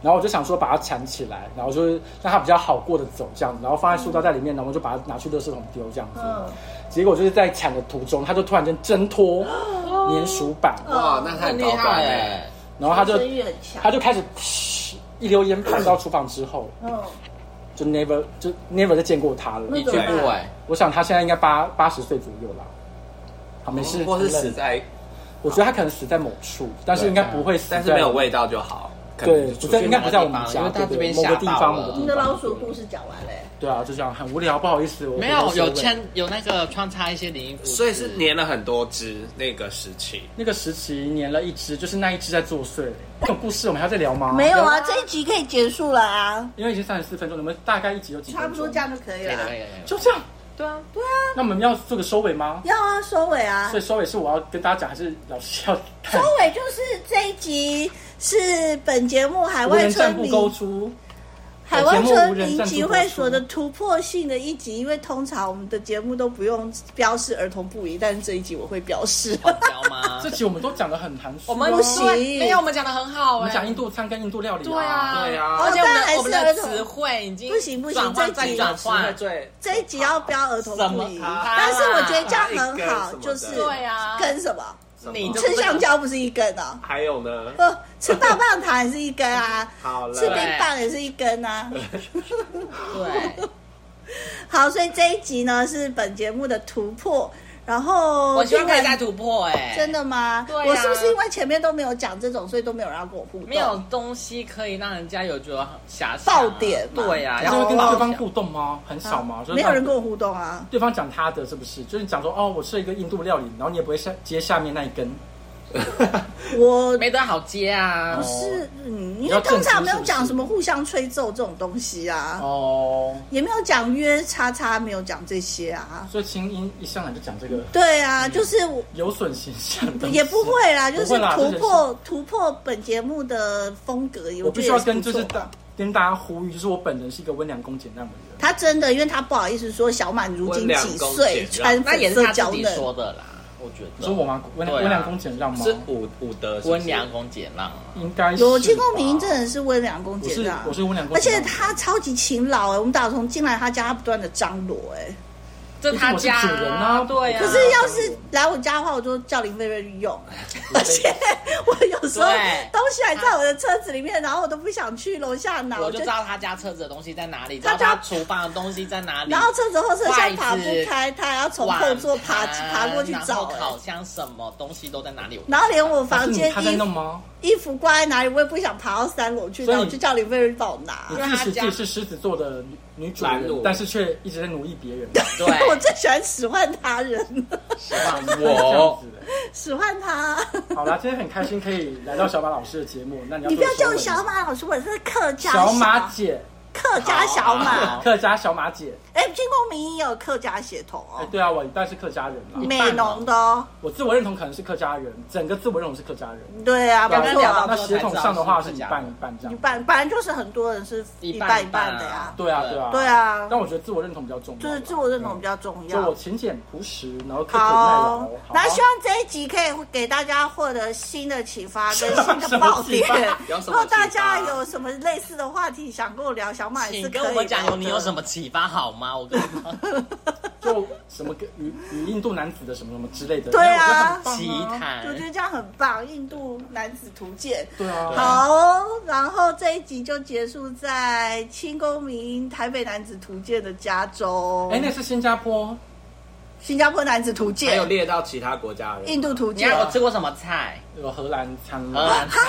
Speaker 3: 然后我就想说把它缠起来，然后就是让它比较好过的走这样子，然后放在塑胶袋里面，然后我就把它拿去垃圾桶丢这样子。
Speaker 1: 嗯，
Speaker 3: 结果就是在铲的途中，它就突然间挣脱
Speaker 1: 哦
Speaker 3: 粘鼠板，
Speaker 4: 哇，那太高端了。
Speaker 2: 哎，
Speaker 3: 然后它就
Speaker 1: 生育很强，
Speaker 3: 他就开始噗一溜烟窜到厨房之后，
Speaker 1: 嗯，
Speaker 3: 就 never 就 never 再见过他了
Speaker 1: 那。
Speaker 2: 你去
Speaker 1: 怎么
Speaker 2: 不
Speaker 1: 办
Speaker 2: 哎，
Speaker 3: 我想他现在应该八八十岁左右啦。好，没事。
Speaker 4: 哦或是
Speaker 3: 承认
Speaker 4: 死，在，
Speaker 3: 我觉得他可能死在某处，但是应该不会死在，
Speaker 4: 但是没有味道就好。可能
Speaker 3: 对，
Speaker 4: 出
Speaker 3: 不
Speaker 4: 去
Speaker 3: 在应该不在我
Speaker 2: 某
Speaker 3: 们
Speaker 2: 个地
Speaker 3: 家
Speaker 2: 方因为，他
Speaker 3: 对不
Speaker 2: 这
Speaker 3: 对？
Speaker 2: 边
Speaker 3: 某个
Speaker 2: 吓
Speaker 3: 地
Speaker 2: 到
Speaker 3: 方，某
Speaker 2: 了
Speaker 3: 个地
Speaker 1: 你
Speaker 3: 方。
Speaker 1: 的老鼠故事讲完嘞，
Speaker 3: 对啊，就这样，很无聊，不好意思。我
Speaker 2: 没
Speaker 3: 回头
Speaker 2: 有
Speaker 3: 是
Speaker 2: 有
Speaker 3: 问
Speaker 2: 牵有那个穿插一些灵异故事，
Speaker 4: 所以是粘了很多只那个时期。
Speaker 3: 那个时期粘了一只，就是那一只在作
Speaker 1: [laughs]
Speaker 3: 祟。这种故事我们还要再聊吗？
Speaker 1: 没有啊，这一集可以结束了啊，
Speaker 3: 因为已经三十四分钟，你们大概一集有几分钟？
Speaker 1: 差不多这，样就可以
Speaker 2: 对的
Speaker 1: 了。
Speaker 2: 对的
Speaker 3: 就这样。
Speaker 1: 对啊，对啊，
Speaker 3: 那我们要做个收尾吗？
Speaker 1: 要啊，收尾啊
Speaker 3: 所，以收尾是我要跟大家讲，还是老师要
Speaker 1: 收
Speaker 3: [laughs]
Speaker 1: 尾就是这一集是本节目海
Speaker 3: 无
Speaker 1: 外
Speaker 3: 人站
Speaker 1: 村
Speaker 3: 不
Speaker 1: 民
Speaker 3: 勾出，
Speaker 1: 海外村民集会所的突破性的一集，因为通常我们的节目都不用标示儿童不宜，但是这一集我会标示。
Speaker 2: 好教吗
Speaker 3: 这？集我们都讲的很含蓄、
Speaker 2: 我们
Speaker 1: 不行
Speaker 2: 没有我们讲的很好
Speaker 3: 我们
Speaker 2: 哎，
Speaker 3: 讲印度餐跟印度料理、
Speaker 2: 对啊，
Speaker 4: 对啊
Speaker 2: 而且我们
Speaker 1: 哦当然
Speaker 2: 的
Speaker 1: 是
Speaker 2: 我们
Speaker 1: 儿
Speaker 2: 的
Speaker 1: 童
Speaker 2: 词汇已经
Speaker 1: 不行不行
Speaker 2: 转换
Speaker 1: 这集
Speaker 2: 再转换，
Speaker 4: 最
Speaker 1: [laughs] 这一集要标儿童不宜，
Speaker 2: 什么啊
Speaker 1: 但是我觉得这样很好，就是
Speaker 2: 对啊，
Speaker 1: 跟什么
Speaker 2: 你就
Speaker 1: 吃香蕉不是一根哦，
Speaker 4: 还有呢？
Speaker 1: 不吃棒棒糖也是一根
Speaker 2: [laughs]
Speaker 1: 啊，
Speaker 4: 好了，
Speaker 1: 吃冰棒也是一根啊。
Speaker 2: 对，
Speaker 1: 好，所以这一集呢是本节目的突破，然后
Speaker 2: 我希望
Speaker 1: 竟
Speaker 2: 可以
Speaker 1: 然
Speaker 2: 再突破哎，
Speaker 1: 真的吗？
Speaker 2: 对啊
Speaker 1: 我是不是因为前面都没有讲这种，所以都没有人要跟我互动？
Speaker 2: 没有东西可以让人家有觉得很遐想
Speaker 1: 爆点嘛
Speaker 2: 对呀，
Speaker 3: 然后跟
Speaker 2: 爆
Speaker 3: 对
Speaker 2: 点
Speaker 3: 方互动吗？很少吗？就是
Speaker 1: 没有人跟我互动啊。
Speaker 3: 对方讲他的是不是？就是讲说哦，我吃了一个印度料理，然后你也不会下接下面那一根，
Speaker 1: 我
Speaker 2: 没得好接啊
Speaker 1: 不，是，嗯，因
Speaker 3: 比较
Speaker 1: 为
Speaker 3: 正
Speaker 1: 通
Speaker 3: 直
Speaker 1: 常没有
Speaker 3: 是不是
Speaker 1: 讲什么互相吹奏这种东西啊，
Speaker 3: 哦，
Speaker 1: 也没有讲约叉叉，没有讲这些啊。
Speaker 3: 所以清音一上来就讲这个
Speaker 1: 对啊，就是我
Speaker 3: 有损形象的东西，
Speaker 1: 也不会啦，就
Speaker 3: 啊不
Speaker 1: 是
Speaker 3: 会啦
Speaker 1: 突
Speaker 3: 这
Speaker 1: 破突破本节目的风格，
Speaker 3: 我必须要跟
Speaker 1: 就
Speaker 3: 就是大跟大家呼吁，就是我本人是一个温良恭俭让的人。
Speaker 1: 他真的，因为他不好意思说小满如今
Speaker 4: 温良
Speaker 1: 几
Speaker 4: 恭
Speaker 1: 岁，
Speaker 4: 俭让
Speaker 1: 穿
Speaker 2: 那也
Speaker 1: 粉
Speaker 2: 是
Speaker 1: 色
Speaker 2: 他
Speaker 1: 脚
Speaker 2: 自己
Speaker 1: 冷，
Speaker 2: 说的啦，我觉
Speaker 3: 你
Speaker 2: 得
Speaker 3: 说我吗？温
Speaker 2: 对啊
Speaker 3: 温良恭俭让吗
Speaker 4: 是？武武德是不是
Speaker 2: 温良恭俭让啊，
Speaker 3: 应该是
Speaker 1: 有庆功
Speaker 3: 吧
Speaker 1: 明真的是温良恭
Speaker 3: 我
Speaker 1: 俭
Speaker 3: 是
Speaker 1: 让
Speaker 3: 我，是温良恭
Speaker 1: 而
Speaker 3: 俭
Speaker 1: 且
Speaker 3: 让的人，
Speaker 1: 他超级勤劳哎、我们打从进来他家，他不断的张罗哎、
Speaker 6: 这他
Speaker 3: 毕竟
Speaker 6: 家
Speaker 3: 我是主人啊
Speaker 6: 对呀、
Speaker 1: 可是要是来我家的话，我就叫林菲菲去
Speaker 6: [laughs]
Speaker 1: 用，而且我有时候
Speaker 6: 对啊
Speaker 1: 东西还在我的车子里面，然后我都不想去楼下拿，
Speaker 6: 我
Speaker 1: 我
Speaker 6: 就
Speaker 1: 就
Speaker 6: 知道他家车子的东西在哪里，知
Speaker 1: 他
Speaker 6: 道他
Speaker 1: 家
Speaker 6: 厨房的东西在哪里，
Speaker 1: 然后车子后车厢爬
Speaker 6: 筷
Speaker 1: 不
Speaker 6: 子
Speaker 1: 开，他还要从
Speaker 6: 碗
Speaker 1: 后座爬
Speaker 6: 盘
Speaker 1: 爬过去
Speaker 6: 然后
Speaker 1: 找、哎
Speaker 6: 烤箱什么东西都在哪
Speaker 1: [laughs]
Speaker 6: 里。
Speaker 1: 然后连我房间
Speaker 3: 他在
Speaker 1: 衣
Speaker 3: 弄
Speaker 1: 服
Speaker 3: 吗？
Speaker 1: 衣服挂在哪里，我也不想爬到三楼去，
Speaker 3: 所以
Speaker 1: 然后我就叫林菲菲帮我拿
Speaker 3: 你。
Speaker 6: 因为他
Speaker 3: 自己
Speaker 6: 家
Speaker 3: 自己是狮子座的女女主
Speaker 2: 懒
Speaker 3: 人
Speaker 2: 惰，
Speaker 3: 但是却一直在奴役别人，
Speaker 6: 对
Speaker 1: [laughs] 我最喜欢使唤他人，
Speaker 3: 哇你是这样子的
Speaker 1: 使唤他。
Speaker 3: 好啦，今天很开心可以来到小马老师的节目，那你要
Speaker 1: 你不要
Speaker 3: 做
Speaker 1: 叫我
Speaker 3: 收尾
Speaker 1: 小马老师，我是客家
Speaker 3: 小马姐，
Speaker 1: 客家小马
Speaker 6: 好。
Speaker 3: 客家小马姐。
Speaker 1: 哎，金公民也有客家血统
Speaker 3: 哎、
Speaker 1: 哦，
Speaker 3: 对啊，我一半是客家人啦，
Speaker 1: 美浓的哦。
Speaker 3: 我自我认同可能是客家人，整个自我认同是客家人。
Speaker 1: 对啊，
Speaker 6: 刚
Speaker 1: 没
Speaker 6: 刚
Speaker 1: 错
Speaker 6: 聊到
Speaker 1: 啊，
Speaker 3: 那血统上的话是一半一半这
Speaker 1: 一
Speaker 3: 样。
Speaker 1: 半，本来就是很多人是一
Speaker 6: 一
Speaker 1: 半
Speaker 6: 半
Speaker 1: 一
Speaker 6: 一
Speaker 1: 半
Speaker 6: 半
Speaker 1: 的呀。
Speaker 3: 对啊，对啊。
Speaker 1: 对。啊，
Speaker 3: 但我觉得自我认同比较重要。
Speaker 1: 就是自我认同比较重
Speaker 3: 就
Speaker 1: 要
Speaker 3: 我。勤俭朴实，然后刻苦耐劳。
Speaker 1: 好，
Speaker 3: 好
Speaker 1: 那
Speaker 3: 吧
Speaker 1: 希望这一集可以给大家获得新的启发跟新的爆点。
Speaker 4: 有什
Speaker 1: 如
Speaker 4: 么
Speaker 1: 果
Speaker 4: 启发
Speaker 1: 大家有什么类似的话题想跟我聊，小马也
Speaker 6: 请
Speaker 1: 是可以
Speaker 6: 跟我讲
Speaker 1: 聊的
Speaker 6: 有你有什么启发好吗？我跟你说，
Speaker 1: [laughs]
Speaker 3: 就什么跟与与印度男子的什么什么之类的。
Speaker 1: 对啊
Speaker 3: 因为我觉得很棒
Speaker 6: 奇谈
Speaker 1: 我觉得这样很棒，《印度男子图鉴》。
Speaker 3: 对啊。
Speaker 1: 好，然后这一集就结束在清公民台北男子图鉴的加州，
Speaker 3: 哎、那是新加坡，
Speaker 1: 新加坡男子图
Speaker 4: 还有
Speaker 1: 鉴、
Speaker 4: 列到其他国家的人，
Speaker 1: 印度图
Speaker 6: 你
Speaker 1: 鉴
Speaker 6: 看，我吃过什么菜？嗯
Speaker 3: 有荷兰餐
Speaker 6: 荷
Speaker 1: 啊
Speaker 6: 兰餐，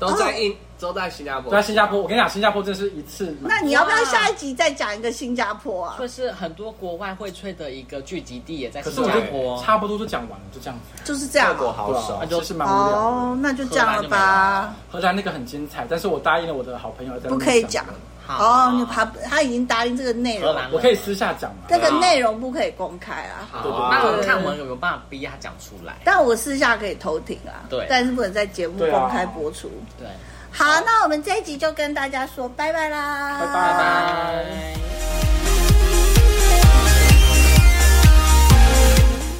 Speaker 4: 都在印，都在新加坡
Speaker 3: 对啊，。新加坡，我跟你讲，新加坡真是一次。
Speaker 1: 那你要不要下一集再讲一个新加坡啊？
Speaker 6: 会是很多国外荟萃的一个聚集地，也在
Speaker 3: 可
Speaker 6: 新
Speaker 3: 是
Speaker 6: 加
Speaker 3: 我
Speaker 6: 坡啊
Speaker 3: 就。差不多就讲完了，就这样子。
Speaker 1: 就是这样
Speaker 4: 泰。国好
Speaker 3: 对啊
Speaker 4: 爽，
Speaker 3: 其实蛮无聊的。
Speaker 1: 哦，那就这样了吧。
Speaker 3: 荷兰那个很精彩，但是我答应了我的好朋友在那边
Speaker 1: 不可以讲
Speaker 6: 好
Speaker 2: 啊
Speaker 1: 哦，你他他已经答应这个内
Speaker 6: 荷
Speaker 1: 容，
Speaker 6: 兰人
Speaker 3: 我可以私下讲嘛。
Speaker 1: 这个内容不可以公开啊。
Speaker 4: 好
Speaker 3: 对对
Speaker 4: 啊
Speaker 6: 那我们看我们有没有办法逼他讲出来。
Speaker 1: 但我私下可以偷听啊，
Speaker 6: 对
Speaker 1: 但是不能在节目
Speaker 3: 对啊
Speaker 1: 公开播出。
Speaker 6: 对，
Speaker 1: 好，那我们这一集就跟大家说拜拜啦，
Speaker 3: 拜拜
Speaker 6: 拜。